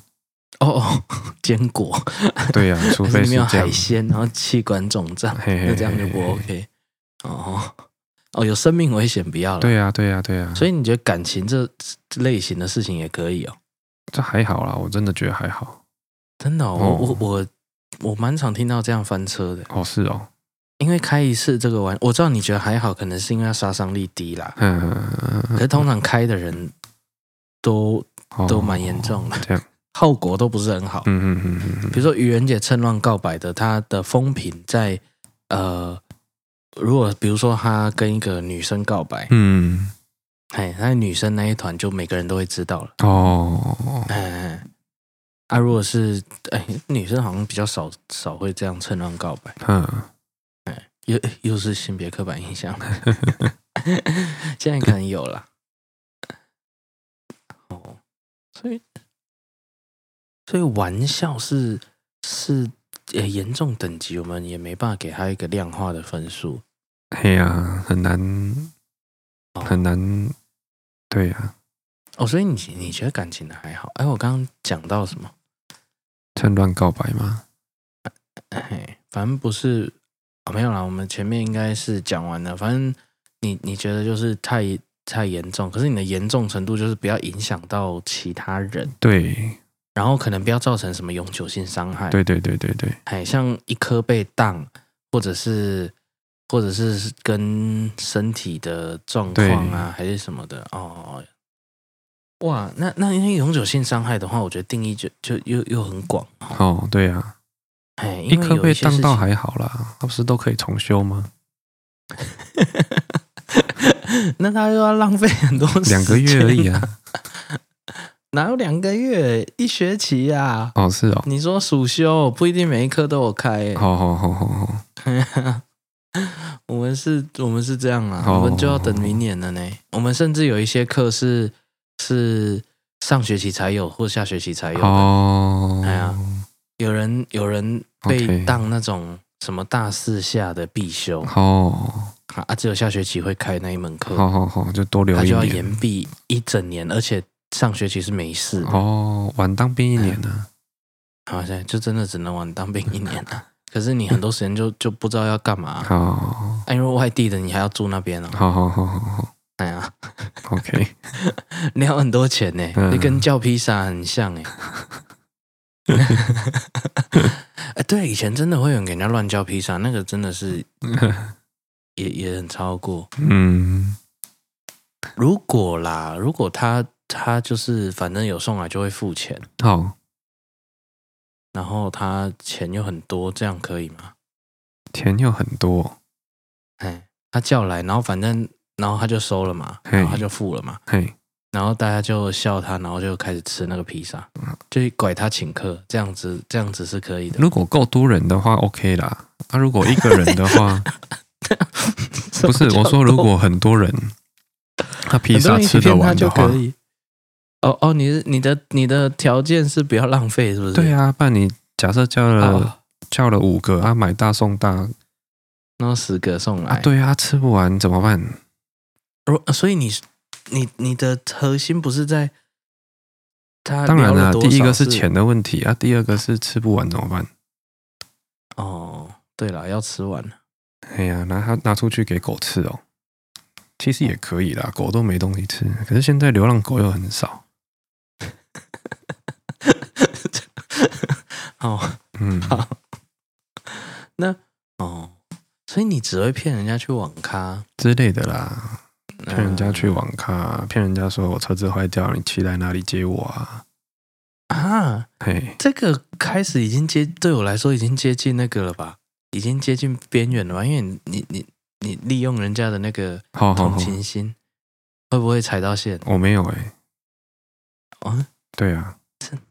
A: 哦 哦坚果，
B: 对 啊，除
A: 可
B: 非
A: 是
B: 是
A: 里面有
B: 这样
A: 海。鲜，然后气管肿胀，
B: 嘿嘿
A: 那这样就
B: 嘿
A: 不
B: 嘿嘿
A: OK。哦哦，有生命危险不要了。
B: 对啊，对啊，对啊，
A: 所以你觉得感情这这类型的事情也可以哦？
B: 这还好啦，我真的觉得还好。
A: 真的、哦，
B: 哦
A: 我我我我蛮常听到这样翻车的，
B: 哦，是哦，
A: 因为开一次这个玩，我知道你觉得还好，可能是因为它杀伤力低啦，可
B: 嗯，
A: 是通常开的人都
B: 哦
A: 都蛮严。重的，
B: 这样，
A: 后果都不是很好。
B: 嗯嗯嗯嗯嗯，
A: 比如说愚人节趁乱告白的，他的风评在呃，如果比如说他跟一个女生告白，
B: 嗯，
A: 哎，那女生那一团就每个人都会知道了，
B: 嗯哦，
A: 哎哎。哎啊，如果是哎，女生好像比较少少会这样趁乱告白，
B: 嗯，
A: 又 又是性别刻板印象， 现在可能有了。哦，所以所以玩笑是是呃严重等级，我们也没办法给他一个量化的分数。
B: 嘿呀，很难，很难，对啊呀，
A: 哦，所以你你觉得感情的还好？哎，我刚刚讲到什么？
B: 趁乱告白嘛。
A: 哎，反正不是、哦、没有啦，我们前面应该是讲完了。反正你你觉得就是太太严重，可是你的严重程度就是不要影响到其他人。
B: 对，
A: 然后可能不要造成什么永久性伤害。，
B: 对对对对对，
A: 哎，像一颗被当，或者是或者是跟身体的状况啊，还是什么的哦。哇，那那因为永久性伤害的话，我觉得定义就就又又很广哦。
B: 哦，对呀。
A: 哎，
B: 一
A: 因为
B: 颗
A: 有
B: 被
A: 一些
B: 当
A: 事
B: 到
A: 情，
B: 还好啦，他不是都可以重修吗？
A: 那他又要浪费很多
B: 两个
A: 时
B: 月
A: 间
B: 而已啊。
A: 哪有两个月一学期啊？
B: 哦，是哦，
A: 你说暑修不一定每一科都有开、欸，
B: 好好好好好，
A: 我们是，我们是这样啦，
B: 哦
A: 我们就要等明年了呢。我们甚至有一些课是是上学期才有，或下学期才有的。
B: 哦，
A: 哎呀有人有人
B: OK
A: 被当那种什么大四下的必修啊
B: 哦，
A: 啊，只有下学期会开那一门课，
B: 好好好，就多留
A: 他
B: 一
A: 就要
B: 年。
A: 延毕一整年，而且上学期是没事的，
B: 哦，晚当兵一年呢、
A: 好像就真的只能往当兵一年啊。可是你很多时间就就不知道要干嘛、啊，
B: 好，
A: 哎因为外地的你还要住那边哦、
B: 好好好好好
A: 哎呀，
B: ，OK，
A: 你要很多钱呢、
B: 嗯
A: 你跟叫披萨很像哎、 哎，对，以前真的会有人给人家乱叫披萨，那个真的是也也很超过。
B: 嗯，
A: 如果啦，如果他他就是反正有送来就会付钱，
B: 好，
A: 然后他钱又很多，这样可以吗？
B: 钱又很多，
A: 哎，他叫来，然后反正然后他就收了嘛，
B: 嘿
A: 然后他就付了嘛，
B: 嘿，
A: 然后大家就笑他，然后就开始吃那个披萨，
B: 嗯
A: 就拐他请客，这样子这样子是可以的。
B: 如果够多人的话，OK 啦。啊，如果一个人的话， 不是我 说，如果很多人，他披萨吃得完的话
A: 很多人一起骗他就可，以。哦哦，你是你的你的条件是不要浪费，是不是？
B: 对
A: 啊，
B: 啊，不然你假设叫了叫了五个，啊，买大送大
A: 然后十个送来。
B: 啊，，对啊，吃不完怎么办？
A: 如所以你你你的核心不是在他
B: 当然
A: 聊了
B: 啦，
A: 多
B: 第
A: 少
B: 一个是钱的问题啊，第二个是吃不完怎么办？
A: 哦。对了，要吃完 了
B: 哎呀，拿它拿出去给狗吃哦，其实也可以啦，狗都没东西吃。可是现在流浪狗又很少，
A: 哦
B: 嗯，
A: 哦，所以你只会骗人家去网咖，
B: 之类的啦，
A: 骗
B: 骗人家
A: 呃
B: 去网咖，骗人家说我车子坏掉，你骑来哪里接我啊？
A: 啊？
B: 嘿，
A: 这个开始已经接对我来说已经接近那个了吧？已经接近边缘了吧？因为你你你你利用人家的那个
B: 好好
A: 同
B: 好，
A: 情心，会不会踩到线？
B: 我没有哎、
A: 哦，
B: 对啊，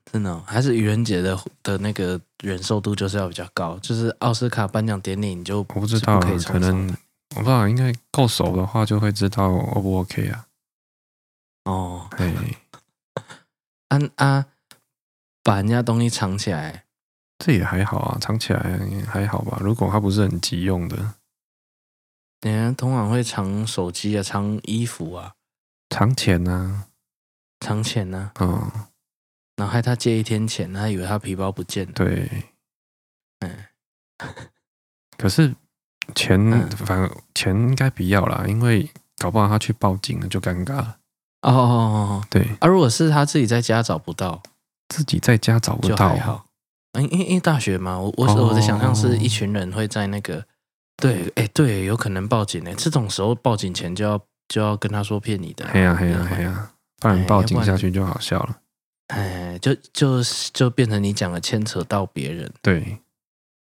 A: 真的、哦，还是愚人节的的那个忍受度就是要比较高，就是奥斯卡颁奖典礼你就
B: 我不知道
A: 是
B: 啊，
A: 不可以
B: 可
A: 冲撞
B: 能
A: 的
B: 我不知道，应该够熟的话就会知道 O 不 OK 啊？
A: 哦，
B: 嘿，
A: 啊啊，把人家东西藏起来，
B: 这也还好啊，藏起来还好吧？如果它不是很急用的，
A: 人家通常会藏手机啊，藏衣服啊，
B: 藏钱啊，
A: 藏钱啊，
B: 嗯，
A: 然后害他借一天钱，他以为他皮包不见了，
B: 对，
A: 嗯，
B: 可是钱，
A: 嗯
B: 反正钱应该不要啦，因为搞不好他去报警了就尴尬了。
A: 哦哦哦哦，
B: 对
A: 啊，如果是他自己在家找不到，
B: 自己在家找不
A: 就还
B: 到，
A: 好。因因因为大学嘛，我我、
B: 哦
A: 我的想象是一群人会在那个，对，哎、对，有可能报警呢、这种时候报警前就要就要跟他说骗你的，
B: 嘿呀嘿呀
A: 嗯
B: 嘿呀，不然
A: 哎
B: 报
A: 要不
B: 警
A: 然
B: 下去就好笑了。
A: 哎，就就是就变成你讲的牵扯到别人
B: 对，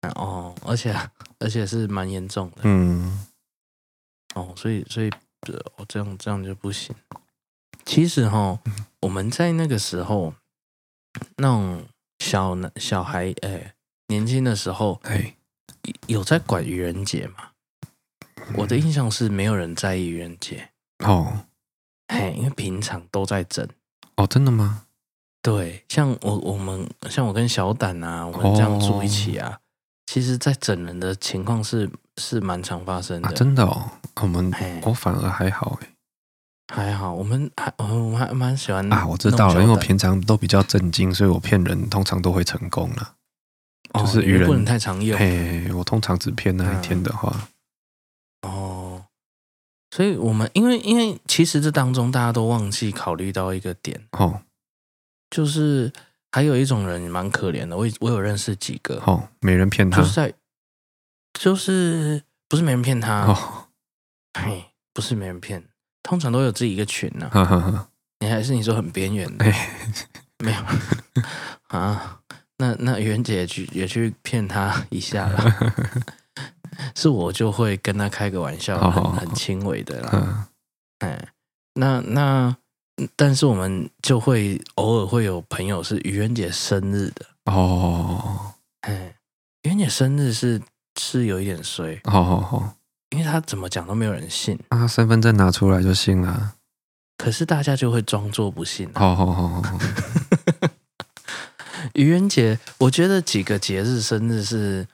A: 啊哦，而且而且是蛮严重的、
B: 嗯，
A: 哦，所以所以呃哦这样这样就不行。其实哈，
B: 嗯
A: 我们在那个时候，那种小男小孩哎、年轻的时候，
B: 哎，
A: 有在管愚人节吗？我
B: 嗯
A: 的印象是没有人在意愚人节，
B: 哦
A: 嘿，因为平常都在整。
B: 哦，真的吗？
A: 对，像我我们像我跟小胆啊，我们这样住一起
B: 哦
A: 啊，其实，在整人的情况是是蛮常发生的。
B: 啊，真的哦，我们
A: 嘿，
B: 我反而还好哎
A: 还好，我们还我们还蛮喜欢
B: 啊，我知道了，因为我
A: 平
B: 平常都比较震惊，所以我骗人通常都会成功了。就是愚人
A: 哦不能太常用
B: 嘿，我通常只骗那一天的话，
A: 哦。所以我们因为因为其实这当中大家都忘记考虑到一个点，
B: 哦
A: 就是还有一种人蛮可怜的，我我有认识几个，
B: 哦，没人骗他
A: 就是在就是不是没人骗他，
B: 哦，
A: 嘿，不是没人骗，通常都有自己一个群呐、
B: 哈哈哈，
A: 你还是你说很边缘的
B: 哎，
A: 没有 啊？那那袁姐也去也去骗他一下啦，是我就会跟他开个玩笑，
B: 好好
A: 很
B: 好
A: 很轻微的啦。
B: 嗯
A: 哎，那那但是我们就会偶尔会有朋友是愚人节生日的，
B: 哦，
A: 哎，愚人节生日是是有一点衰，
B: 好好好，
A: 因为他怎么讲都没有人信，
B: 那他啊身份证拿出来就行了。
A: 可是大家就会装作不信、啊。
B: 好好好好好，
A: 愚人节，我觉得几个节日生日是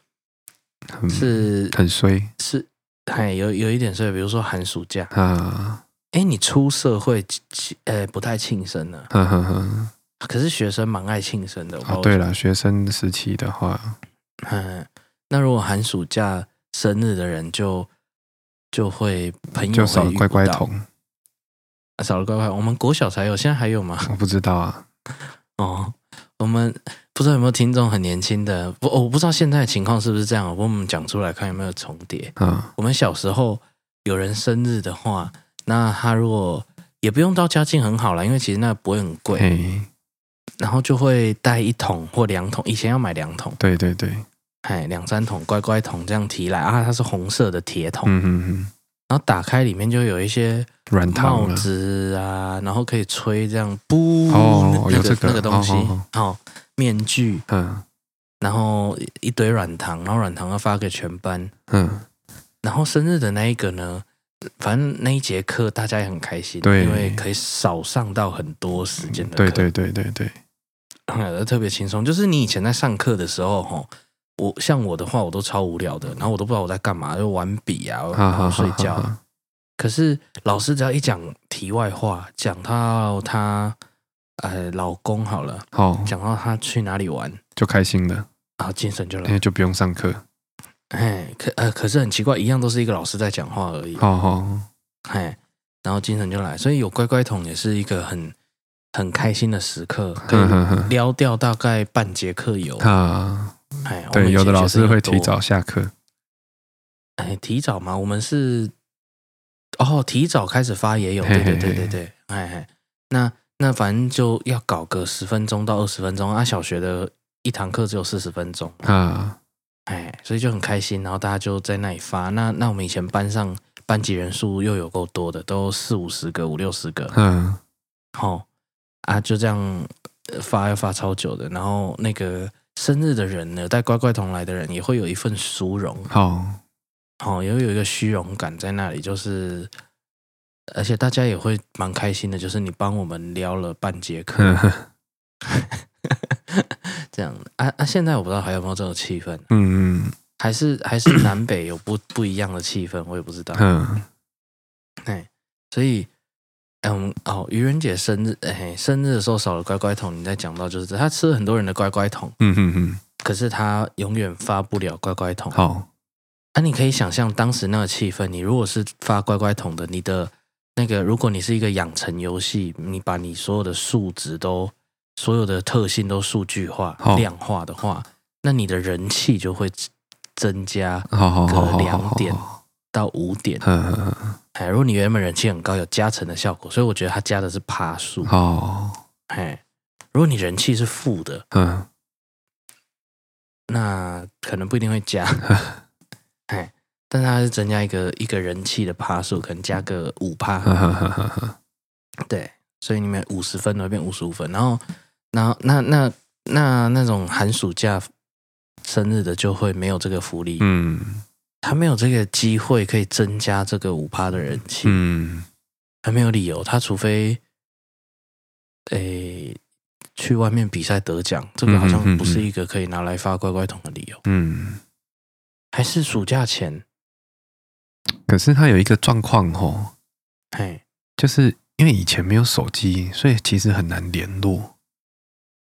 B: 很
A: 是
B: 很衰
A: 是，哎，有有一点衰，比如说寒暑假，
B: 啊，
A: 哎，你出社会，其呃，不太庆生了。
B: 呵呵呵。
A: 可是学生蛮爱庆生的，我不知道
B: 哦，啊对了，学生时期的话，
A: 为什么，嗯，那如果寒暑假生日的人就就会朋友
B: 就
A: 会
B: 少了
A: 遇
B: 乖乖
A: 不到
B: 桶，
A: 啊少了乖乖，我们国小才有，现在还有吗？
B: 我不知道啊。
A: 哦，我们不知道有没有听众很年轻的，不，我不知道现在的情况是不是这样。啊我们讲出来看有没有重叠。
B: 嗯，
A: 我们小时候有人生日的话，那他如果也不用到家境很好啦，因为其实那不会很贵，
B: 嘿，
A: 然后就会带一桶或两桶，以前要买两桶，
B: 对对对，
A: 哎，两三桶乖乖桶这样提来啊，它是红色的铁桶，
B: 嗯嗯嗯，
A: 然后打开里面就有一些
B: 软糖
A: 帽
B: 了，
A: 子啊，然后可以吹这样，不，
B: 哦
A: 那
B: 有
A: 个
B: 这个
A: 那个东西，
B: 哦哦
A: 好面具，
B: 嗯
A: 然后一堆软糖，然后软糖要发给全班，
B: 嗯，
A: 然后生日的那一个呢，反正那一节课大家也很开心，
B: 对
A: 因为可以少上到很多时间的课，
B: 对对对对对，
A: 对，特别轻松。就是你以前在上课的时候，吼，我像我的话，我都超无聊的，然后我都不知道我在干嘛，就玩笔啊，
B: 哈
A: 然后
B: 哈，
A: 睡觉
B: 哈。哈
A: 可是老师只要一讲题外话，讲到她呃老公好了，
B: 好
A: 讲到她去哪里玩，
B: 就开心了，
A: 然后精神就
B: 因
A: 来。
B: 为就不用上课。
A: 哎，可呃可是很奇怪，一样都是一个老师在讲话而已。
B: 好好，
A: 哎，然后精神就来，所以有乖乖桶也是一个很很开心的时刻，可
B: 呵呵
A: 以
B: 呵，
A: 撩掉大概半节课有。
B: 啊，
A: 哎，我们
B: 对，
A: 以前
B: 有的老
A: 学生
B: 师
A: 也
B: 会
A: 多
B: 提，早下课。
A: 哎，提早嘛，我们是哦，提早开始发也有，对对对
B: 嘿嘿
A: 对
B: 嘿
A: 对，哎哎，那那反正就要搞个十分钟到二十分钟啊，小学的一堂课只有四十分钟，
B: 啊，
A: 哎，所以就很开心，然后大家就在那里发。那那我们以前班上班级人数又有够多的，都四五十个、五六十个，
B: 嗯，
A: 好、啊，就这样呃发要发超久的。然后那个生日的人呢，带乖乖桶来的人也会有一份殊荣，
B: 好，
A: 好、也会有一个虚荣感在那里，就是而且大家也会蛮开心的，就是你帮我们撩了半节课、
B: 呵呵
A: 这样的啊啊！现在我不知道还有没有这种气氛，
B: 嗯嗯
A: 还是还是南北有不不一样的气氛，我也不知道。
B: 嗯，
A: 所以，嗯，哦，愚人节生日，哎，生日的时候少了乖乖桶，你再讲到就是这，他吃了很多人的乖乖桶，
B: 嗯嗯嗯，
A: 可是他永远发不了乖乖桶。
B: 好，
A: 啊，你可以想象当时那个气氛，你如果是发乖乖桶的，你的那个，如果你是一个养成游戏，你把你所有的数值都、所有的特性都数据化、
B: 好
A: 量化的话，那你的人气就会增加
B: 好好好
A: 隔
B: 好，
A: 两
B: 好
A: 点
B: 好
A: 到五点。
B: 呵呵呵
A: 哎，如果你原本人气很高，有加成的效果，所以我觉得它加的是趴数。
B: 好，
A: 哎，如果你人气是负的，
B: 嗯，
A: 那可能不一定会 加，哎，但是它是增加一个一个人气的趴数，可能加个五趴，
B: 呵呵呵呵呵，
A: 对，所以你们五十分的会变五十五分，然后，然后那那那那种寒暑假生日的就会没有这个福利，
B: 嗯
A: 他没有这个机会可以增加这个五趴的人气，
B: 嗯，
A: 他没有理由，他除非，诶、去外面比赛得奖，这个好
B: 嗯嗯
A: 像
B: 嗯
A: 不是一个可以拿来发乖乖桶的理由。
B: 嗯，
A: 还是暑假前，
B: 可是它有一个状况吼，
A: 嘿，
B: 就是因为以前没有手机，所以其实很难联络。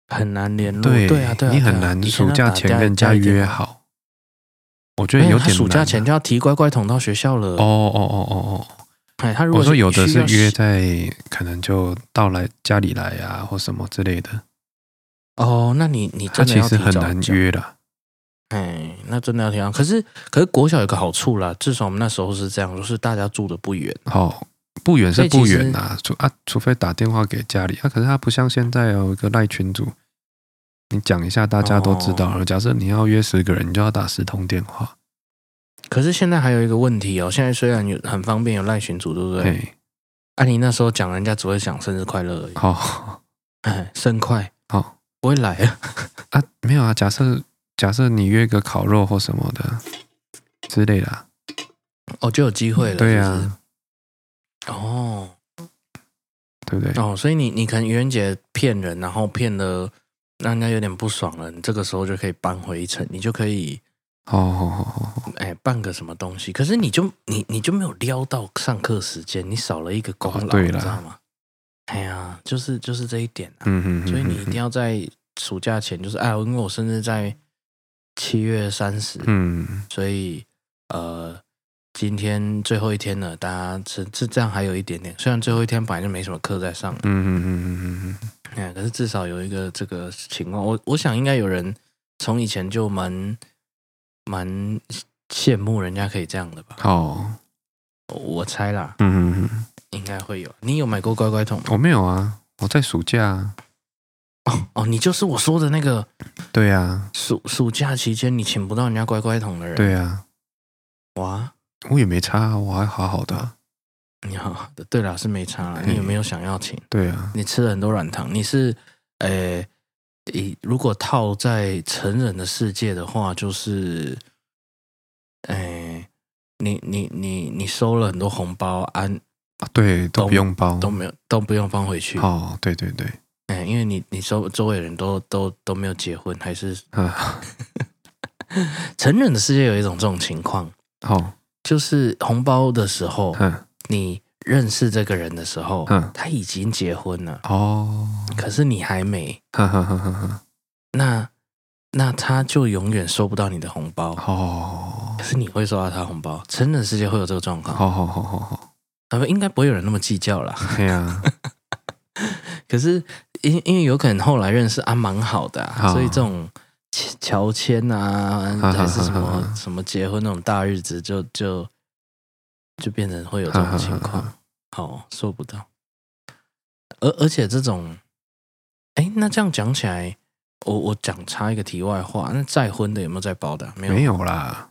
A: 很难联络。
B: 对
A: 对啊，对啊，
B: 你很
A: 对啊
B: 难
A: 以前
B: 暑
A: 要
B: 假
A: 打
B: 前
A: 架
B: 跟人家
A: 打一点
B: 约好，我觉
A: 没
B: 得有
A: 哎他
B: 点
A: 暑
B: 难
A: 假
B: 啊
A: 前就要提乖乖桶到学校了。
B: 哦，哦哦哦哦，
A: 哎，他如果
B: 我说有的
A: 需
B: 是
A: 要
B: 约在可能就到来家里来啊，或什么之类的，
A: 哦，那你你
B: 他
A: 真的
B: 其
A: 要
B: 实
A: 提
B: 很
A: 早
B: 难
A: 讲。
B: 约的。
A: 哎，那真的要提早。可是可是国小有个好处啦，至少我们那时候是这样，就是大家住的不远。
B: 好，哦不远
A: 嗯所
B: 是
A: 以其
B: 不远啊，除啊，除非打电话给家里啊。可是他不像现在有一个赖群主，你讲一下大家都知道了。
A: 哦
B: 假设你要约十个人，你就要打十通电话。
A: 可是现在还有一个问题哦，现在虽然有很方便有赖群组，对不对？
B: 嘿，
A: 啊，你那时候讲人家只会讲生日快乐而已，
B: 好
A: 哎，生快
B: 好
A: 不会来啊，
B: 啊，没有啊。假设假设你约个烤肉或什么的之类的啊，
A: 哦，就有机会了，
B: 对
A: 呀、
B: 啊，
A: 哦
B: 对不对？
A: 哦，所以你你可能愚人节骗人，然后骗了让人家有点不爽了，你这个时候就可以扳回一城，你就可以
B: 好好好好好，
A: 哎办个什么东西，可是你就你你就没有撩到上课时间，你少了一个功劳，
B: 哦对啦
A: 你知道吗？哎呀，就是就是这一点啊，
B: 嗯哼嗯哼，
A: 所以你一定
B: 要
A: 要在暑假前，就是哎，因为我生日在七月三十、
B: 嗯
A: 所以呃，今天最后一天了，大家是是这样，还有一点点。虽然最后一天本来就没什么课在上了
B: 嗯，嗯嗯嗯嗯
A: 哎、可是至少有一个这个情况，我我想应该有人从以前就蛮蛮羡慕人家可以这样的吧，
B: 好，
A: 我我猜啦，
B: 嗯嗯嗯，
A: 应该会有。你有买过乖乖桶吗？
B: 我没有啊，我在暑假啊，
A: 哦哦，你就是我说的那个
B: 对啊，
A: 暑暑假期间你请不到人家乖乖桶的人。
B: 对啊，
A: 哇，
B: 我也没差啊，我还好好的啊，
A: 你好，对啦，是没差啦。
B: 嗯
A: 你有没有想要请？
B: 对啊，
A: 你吃了很多软糖，你是呃，以如果套在成人的世界的话，就是，呃，你你你你收了很多红包，啊，
B: 啊对，都不用包
A: 都，没有都不用放回去，
B: 哦，对对对，
A: 哎，因为你你周周围人都都都没有结婚，还是
B: 啊，
A: 成人的世界有一种这种情况，
B: 好，
A: 就是红包的时候，
B: 哦嗯，
A: 你认识这个人的时候
B: 嗯，
A: 他已经结婚了，
B: 哦，嗯
A: 可是你还没。
B: 哈哈哈哈哈，
A: 那那他就永远收不到你的红包，
B: 好，
A: 可是你会收到他红包。成人世界会有这个状况，
B: 哦好好好好 好，
A: 呃，应该不会有人那么计较啦。
B: 对啊，
A: 可是因因为有可能后来认识啊，蛮好的、啊，
B: 好
A: 所以这种乔乔迁啊，
B: 哈哈哈哈
A: 还是什么什么结婚那种大日子就，就就变成会有这种情
B: 哈哈
A: 况
B: 哈。
A: 好，收不到。而而且这种，哎，那这样讲起来，我我讲插一个题外话，那再婚的有没有再包的啊？没有，
B: 没有啦，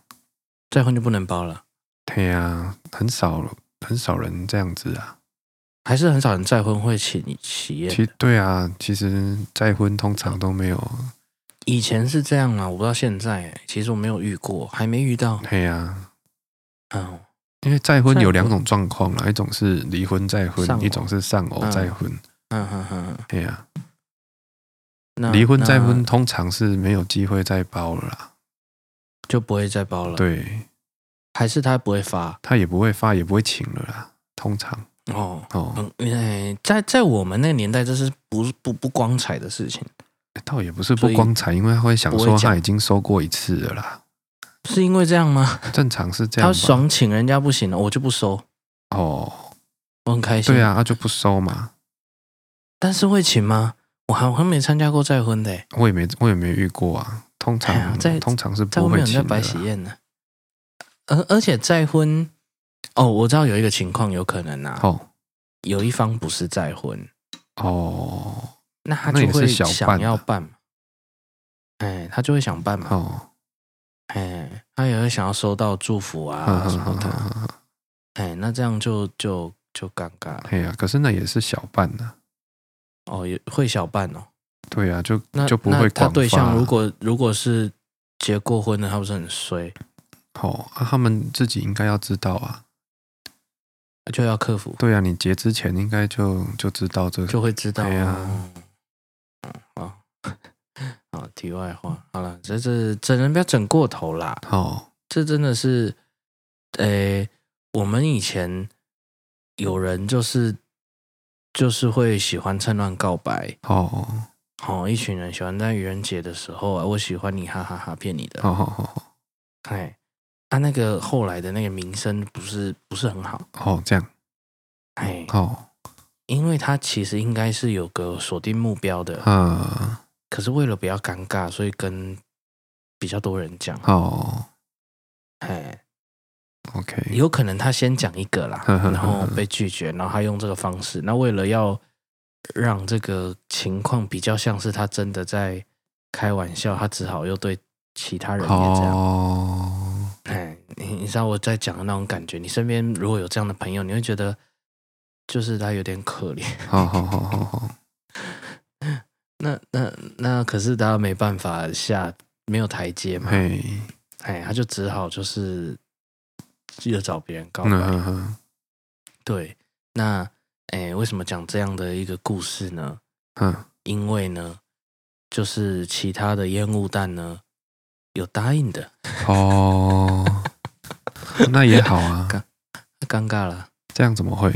A: 再婚就不能包了，
B: 对啊，很少很少人这样子啊，
A: 还是很少人再婚会请喜宴。
B: 其对啊，其实再婚通常都没有，
A: 以前是这样啊，我不知道现在、欸，其实我没有遇过，还没遇到。
B: 对啊，
A: 嗯，
B: 因为再婚
A: 再婚
B: 有两种状况啦，一种是离婚再婚
A: 丧，偶
B: 一种是丧偶
A: 嗯
B: 再婚。
A: 嗯哼哼哼
B: 对呀、
A: 那
B: 离婚再婚
A: 那
B: 通常是没有机会再包了啦。
A: 就不会再包了，，
B: 对
A: 还是他不会发
B: 他也不会发，也不会请了啦。通常
A: 哦。
B: 哦，
A: 嗯，哎在在我们那个年代，这是不不不光彩的事情，
B: 倒也不是
A: 所
B: 不
A: 以
B: 光彩，因为他会想
A: 不
B: 说
A: 会讲
B: 他已经收过一次了啦。
A: 是因为这样吗？
B: 正常是这
A: 他
B: 样吧
A: 爽请人家不行了，我就不收，
B: 哦，
A: 我很开心。
B: 对，啊，他就不收嘛。
A: 但是会请吗？我还我还没参加过再婚的、欸，
B: 我也没我也没遇过啊。通常、
A: 哎呀在
B: 通常是
A: 在
B: 不
A: 外面
B: 会
A: 有人
B: 请
A: 在
B: 的
A: 摆
B: 啦。
A: 喜宴呢。而而且再婚，哦，我知道有一个情况有可能啊，
B: 哦
A: 有一方不是再婚，
B: 哦
A: 那他
B: 那
A: 就
B: 也是
A: 会
B: 小
A: 想
B: 办的
A: 要办嘛，哎，他就会想办嘛，
B: 哦，
A: 哎，他也会想要收到祝福啊什么的，哎，那这样就就就尴尬了
B: 哎呀、可是那也是小办呐、
A: 哦，也会小办哦，
B: 对呀、就
A: 那
B: 就不
A: 那
B: 会
A: 他
B: 广
A: 对象
B: 发啊
A: 如果如果是结过婚的，他不是很衰，
B: 哦、啊，他们自己应该要知道啊。
A: 就要克服，
B: 对啊，你结之前应该就就知道这
A: 就会知道
B: 对啊
A: 哦嗯，好。 好，题外话，好了，这这整人不要整过头啦。
B: 哦，
A: 这真的是，呃、我们以前有人就是就是会喜欢趁乱告白，
B: 哦，
A: 哦，一群人喜欢在愚人节的时候啊，我喜欢你，哈哈哈骗你的，
B: 好好好好，
A: 哎，他、那个后来的那个名声不是不是很好，
B: 哦，这样，
A: 哎，
B: 哦，
A: 因为他其实应该是有个锁定目标的，
B: 啊，
A: 可是为了不要尴尬，所以跟比较多人讲，
B: 哦
A: 哎，
B: ，OK，
A: 有可能他先讲一个啦，
B: 呵呵呵
A: 然后被拒绝，然后他用这个方式。那为了要让这个情况比较像是他真的在开玩笑，他只好又对其他人也这样。
B: 哦，
A: 哎、你你知道我在讲的那种感觉，你身边如果有这样的朋友，你会觉得就是他有点可怜。
B: 好好好好好，
A: 那那那可是他没办法下，没有台阶嘛，
B: 嘿，
A: 哎，他就只好就是记得找别人告白。
B: 嗯哼哼
A: 对，那哎，为什么讲这样的一个故事呢？
B: 嗯，
A: 因为呢，就是其他的烟雾弹呢有答应的，
B: 哦，那也好啊，
A: 尴尬了，
B: 这样怎么会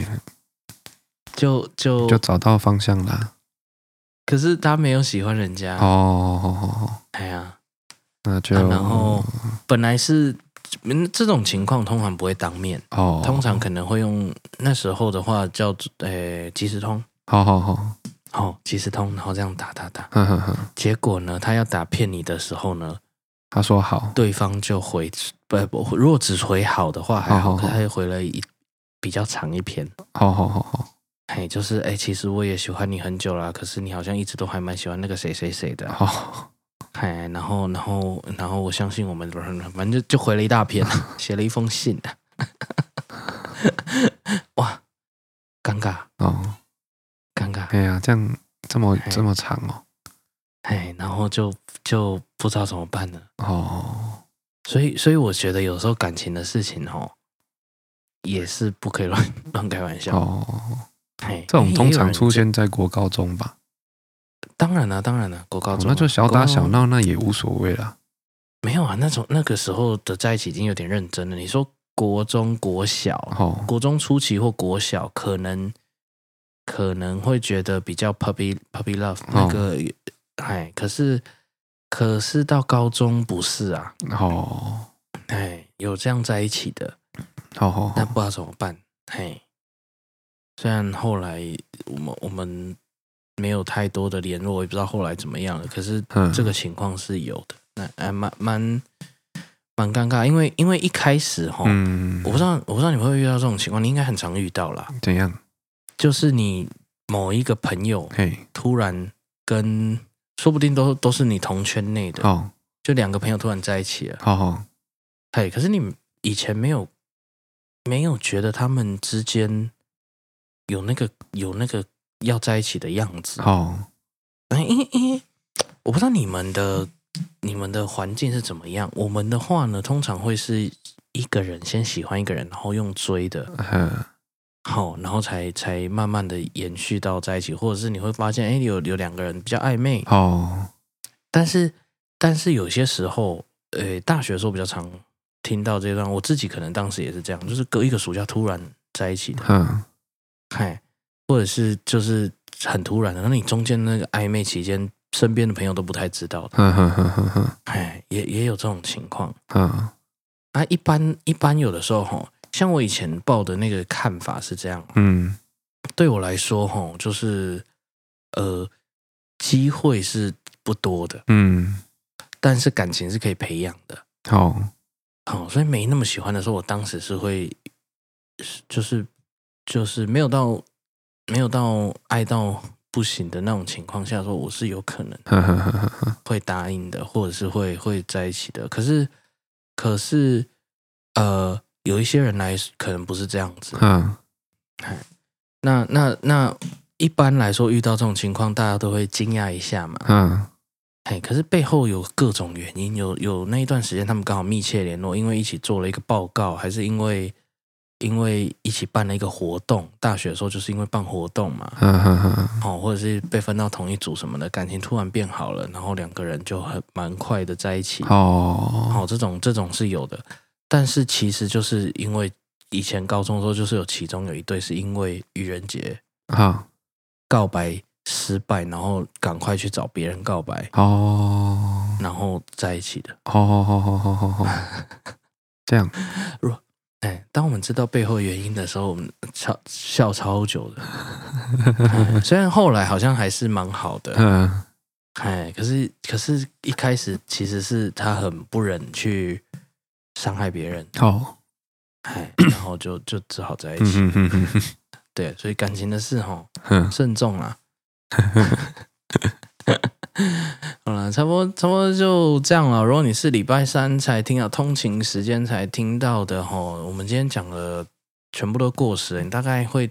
A: 就就
B: 就找到方向啦？
A: 可是他没有喜欢人家，
B: 哦，好好好，
A: 哎呀，
B: 那就
A: 啊然后本来是嗯这种情况通常不会当面，
B: 哦，
A: 通常可能会用那时候的话叫做诶即时通，
B: 好好好，
A: 哦即时通，然后这样打打打，
B: 哼哼哼，
A: 结果呢他要打骗你的时候呢，
B: 他说好，
A: 对方就回不不，如果只回好的话还好，
B: 哦
A: 可
B: 好好
A: 是
B: 好
A: 他又回了一比较长一篇。
B: 好好好好，
A: 嘿，就是哎、其实我也喜欢你很久啊啦，可是你好像一直都还蛮喜欢那个谁谁谁
B: 哦
A: 的啊，
B: 好，
A: 嘿，然后然后然后我相信我们，反正就就回了一大 篇啊，写了一封信 啊，哇，尴尬
B: 哦，
A: 尴尬，
B: 哎呀，这样这么
A: 嘿
B: 这么长哦，
A: 嘿，然后就就不知道怎么办了，
B: 哦，
A: 所以所以我觉得有时候感情的事情哦，也是不可以乱乱开玩笑，
B: 哦，
A: 嘿，
B: 这种
A: 因为
B: 通
A: 哎也有
B: 常
A: 人
B: 出
A: 这，
B: 现在国高中吧，
A: 当然了、当然了、国高
B: 哦
A: 中啊、
B: 那就小打小
A: 闹。
B: 闹，那也无所谓啦。
A: 没有啊，那种那个时候的在一起已经有点认真了。你说国中、国小、
B: 哦，
A: 国中初期或国小，可能可能会觉得比较 puppy puppy love 那
B: 哦
A: 个，哎，可是可是到高中不是啊，
B: 哦，
A: 哎，有这样在一起的，
B: 好好
A: 那
B: 好，
A: 不知道怎么办，嘿。虽然后来我们我们没有太多的联络，我也不知道后来怎么样了，可是
B: 嗯，
A: 这个情况是有的，那哎蛮蛮蛮尴尬，因为因为一开始哈，
B: 嗯，
A: 我不知道我不知道你会不会遇到这种情况，你应该很常遇到啦，
B: 怎样，
A: 就是你某一个朋友
B: 嘿，
A: 突然跟，说不定都都是你同圈内的，
B: 好，
A: 就两个朋友突然在一起了，
B: 好好，
A: 嘿，可是你以前没有没有觉得他们之间有那个有那个要在一起的样子，
B: 好，
A: 哎，因为因为我不知道你们的你们的环境是怎么样。我们的话呢，通常会是一个人先喜欢一个人，然后用追的，
B: 呃，
A: 好，然后才才慢慢的延续到在一起，或者是你会发现，哎，有有两个人比较暧昧，
B: 好，
A: 但是但是有些时候，呃，大学的时候比较常听到这段，我自己可能当时也是这样，就是隔一个暑假突然在一起的，
B: 嗯，
A: 嗨，或者是就是很突然的，那你中间那个暧昧期间，身边的朋友都不太知道的。
B: 哼哼哼哼哼，
A: 哎，也也有这种情况
B: 嗯，
A: 啊。一般一般有的时候吼，像我以前抱的那个看法是这样，啊
B: 嗯，
A: 对我来说吼，就是呃，机会是不多的，
B: 嗯，
A: 但是感情是可以培养的。
B: 好，
A: 哦，所以没那么喜欢的时候，我当时是会，就是就是没有到没有到爱到不行的那种情况下，说我是有可能
B: 哼哼哼哼哼，
A: 会答应的，或者是会会在一起的。可是，可是，呃，有一些人来可能不是这样子。
B: 嗯，
A: 那那那一般来说，遇到这种情况，大家都会惊讶一下嘛。
B: 嗯，
A: 哎，可是背后有各种原因，有有那一段时间他们刚好密切联络，因为一起做了一个报告，还是因为因为一起办了一个活动。大学的时候就是因为办活动嘛，
B: 哼哼哼哼，
A: 哦，或者是被分到同一组什么的，感情突然变好了，然后两个人就很蛮快的在一起。
B: 哦，
A: 好，这种这种是有的，但是其实就是因为以前高中的时候，就是有其中有一对是因为愚人节
B: 好，
A: 告白失败，然后赶快去找别人告白，
B: 哦，
A: 然后在一起的。
B: 好好好好好好好，这样，
A: 哎，当我们知道背后原因的时候，我们超笑超久的、哎虽然后来好像还是蛮好的，
B: 嗯，
A: 哎，可是可是一开始其实是他很不忍去伤害别 人，
B: 好，
A: 哎，然后就就只好在一起。
B: 嗯哼哼哼
A: 对，所以感情的事吼，
B: 哼，
A: 慎重啦。 好了，差不多，差不多就这样了。如果你是礼拜三才听到通勤时间才听到的吼，我们今天讲的全部都过时了，你大概会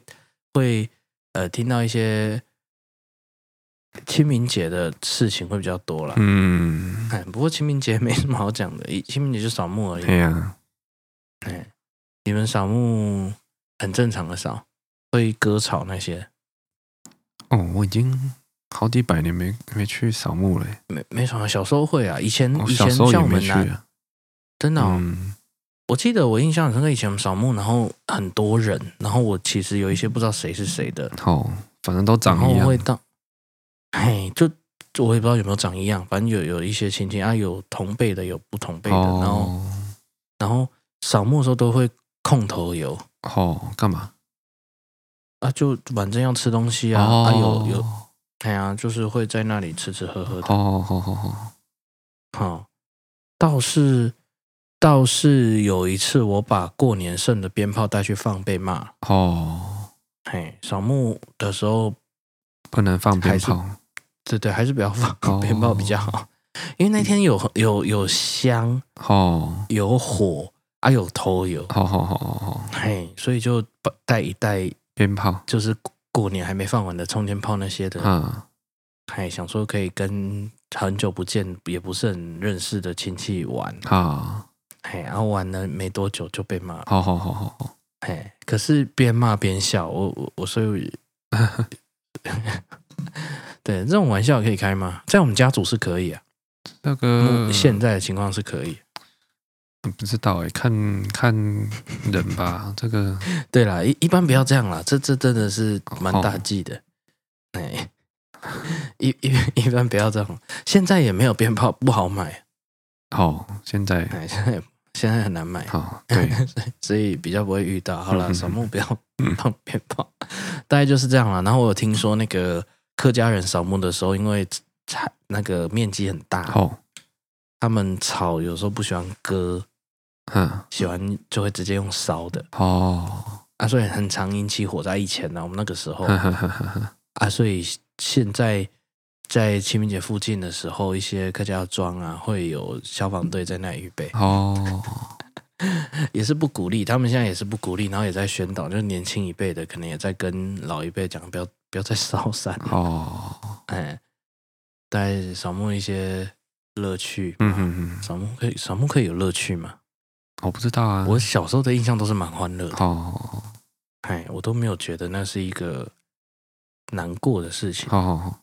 A: 会呃听到一些清明节的事情会比较多啦。
B: 嗯，
A: 哎，不过清明节没什么好讲的，一清明节就扫墓而已。
B: 对呀，
A: 哎，你们扫墓很正常的扫，会割草那些，
B: 哦，我已经好几百年没没去扫墓了耶，
A: 没没什么。小时候会啊，以前、
B: 我
A: 以
B: 哦小
A: 前
B: 时候
A: 像
B: 也
A: 我
B: 没
A: 们
B: 去
A: 南
B: 啊。
A: 真的、哦，
B: 嗯，
A: 我记得我印象很深刻，以前我们扫墓，然后很多人，然后我其实有一些不知道谁是谁的，
B: 好，反正都
A: 然
B: 长
A: 后
B: 一样
A: 会。到，哎，就就我也不知道有没有长一样，反正有有一些亲戚啊，有同辈的，有不同辈的，然后
B: 哦，
A: 然后扫墓的时候都会空头油
B: 哦，干嘛？
A: 啊，就反正要吃东西啊，
B: 哦
A: 啊有有，哎呀、就是会在那里吃吃喝喝的，
B: 哦，好好好，
A: 好、倒是倒是有一次我把过年剩的鞭炮带去放，被骂，
B: 哦，
A: 嘿，扫墓的时候
B: 不能放鞭
A: 还是
B: 炮。
A: 对对，还是不要
B: 哦
A: 放鞭炮比较好，因为那天有有有香、
B: 哦，
A: 有火啊，有头油，
B: 好好好好好，
A: 嘿，所以就把带一带，
B: 鞭炮。
A: 就是过过年还没放完的冲天炮那些的，
B: 嗯，
A: 嘿，想说可以跟很久不见也不是很认识的亲戚玩，
B: 好，
A: 嘿，然后玩了没多久就被骂，
B: 好好好好好，
A: 嘿，可是边骂边笑，我我我所以。 对，这种玩笑可以开吗？在我们家族是可以啊，
B: 那个
A: 现在的情况是可以。
B: 不知道哎、看看人吧，这个
A: 对啦，一一般不要这样啦，这这真的是
B: 哦
A: 蛮大忌的。哎、一一 一般不要这样，现在也没有鞭炮不好买，
B: 好，现在
A: 哎，现在现在很难买，
B: 好对，
A: 所以比较不会遇到。好
B: 嗯嗯
A: 啦，
B: 嗯
A: 扫墓不要
B: 嗯
A: 放鞭炮，大概就是这样啦。然后我有听说那个客家人扫墓的时候，因为菜那个面积很大，
B: 好，
A: 他们炒有时候不喜欢割，
B: 嗯，
A: 喜欢就会直接用烧的
B: 哦，
A: 啊，所以很常引起火灾。以前呢、我们那个时 候。
B: 哈哈哈哈，
A: 啊，所以现在在清明节附近的时候，一些客家庄啊，会有消防队在那里预备，
B: 哦，
A: 也是不鼓励，他们现在也是不鼓励，然后也在宣导，就是年轻一辈的可能也在跟老一辈讲，不要不要再烧山，
B: 哦，
A: 哎，带扫墓一些乐趣。
B: 嗯哼哼，
A: 扫墓可以，扫墓可以有乐趣嘛？
B: 我不知道啊，
A: 我小时候的印象都是蛮欢乐的，
B: 哦，
A: 哎，我都没有觉得那是一个难过的事情，
B: 哦，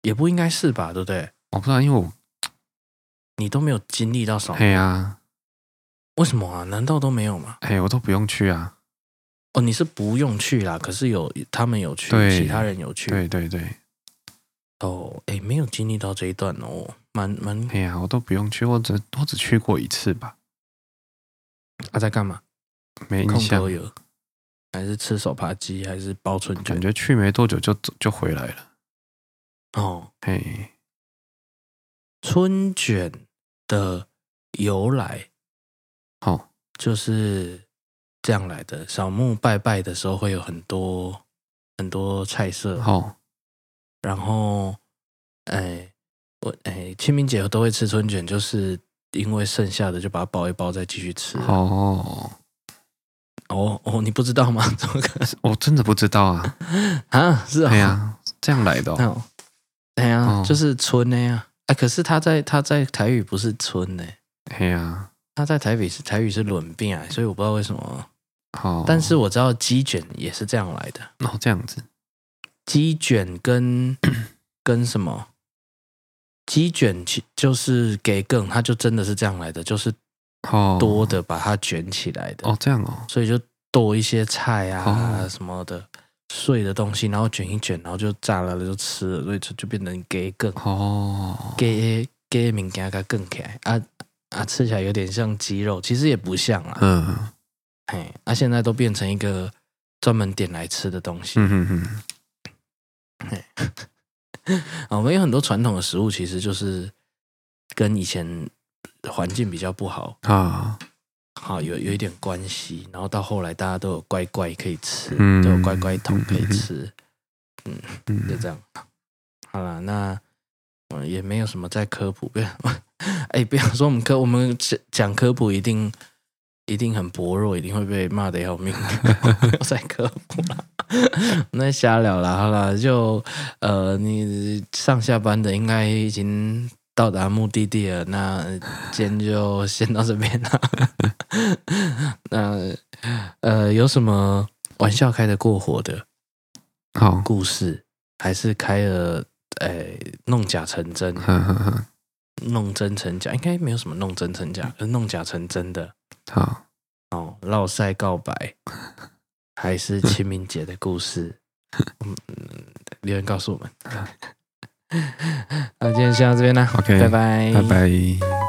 A: 也不应该是吧？对不对？
B: 我不知道，因为我
A: 你都没有经历到扫墓
B: 嘿，呀，
A: 为什么啊？难道都没有吗？
B: 嘿，我都不用去啊，
A: 哦，你是不用去啦，可是有他们有去，
B: 对
A: 其他人有去。
B: 对对对，
A: 哦，哎，没有经历到这一段哦，蛮蛮
B: 嘿哎呀，我都不用去，我只我只去过一次吧，
A: 他啊在干嘛？
B: 没印
A: 空
B: 象
A: 都，有，还是吃手扒鸡，还是包春
B: 感
A: 卷？
B: 觉去没多久就走就回来了，
A: 哦，
B: 嘿，
A: 春卷的由来
B: 好，
A: 就是这样来的。扫墓拜拜的时候会有很多很多菜色，
B: 好，
A: 然后，哎，我哎，清明节都会吃春卷，就是因为剩下的就把它包一包，再继续吃。
B: 哦，
A: 哦哦，你不知道吗？ 怎么可
B: 我真的不知道 啊，
A: 啊？是啊，
B: 嘿呀，这样来的哦，
A: 哦，哎呀、
B: 哦
A: 就是春呢呀、啊。可是他在他在台语不是春呢、
B: 嘿哎呀，
A: 他在台语是台语是轮病啊，所以我不知道为什
B: 哦
A: 么。
B: 好，
A: 但是我知道鸡卷也是这样来的，
B: 哦这样子，
A: 鸡卷 跟跟什么？鸡卷其就是给更，它就真的是这样来的，就是
B: 哦，
A: 多的把它卷起来的，
B: 哦这样哦，
A: 所以就剁一些菜啊、
B: 哦
A: 什么的碎的东西，然后卷一卷，然后就炸了就吃了，所以就就变成给更
B: 哦，
A: 给给物件它更起来啊啊，吃起来有点像鸡肉，其实也不像啦，
B: 嗯
A: 嘿，啊现在都变成一个专门点来吃的东西。
B: 嗯哼哼，
A: 啊，我们有很多传统的食物，其实就是跟以前环境比较不好，
B: 啊，
A: 好有有一点关系，然后到后来大家都有乖乖可以吃，
B: 嗯
A: 都有乖乖桶可以
B: 嗯嗯嗯
A: 吃，就
B: 嗯，
A: 这样。好啦，那嗯也没有什么在科普，不要哎，不要说我们科，我们讲讲科普一 定一定很薄弱，一定会被骂的要命，不要再科普了。 那瞎聊啦，好啦，就呃，你上下班的应该已经到达目的地了，那今天就先到这边啦。 那呃，有什么玩笑开得过火的
B: 好，
A: 故事，还是开了诶、弄假成真，
B: 哼哼哼，
A: 弄真成假？应该没有什么弄真成假，可是弄假成真的
B: 好，
A: 哦，绕赛告白，还是清明节的故 事？嗯，留 言告诉我们。那今天先到这边啦，
B: OK，
A: 拜拜，
B: 拜拜。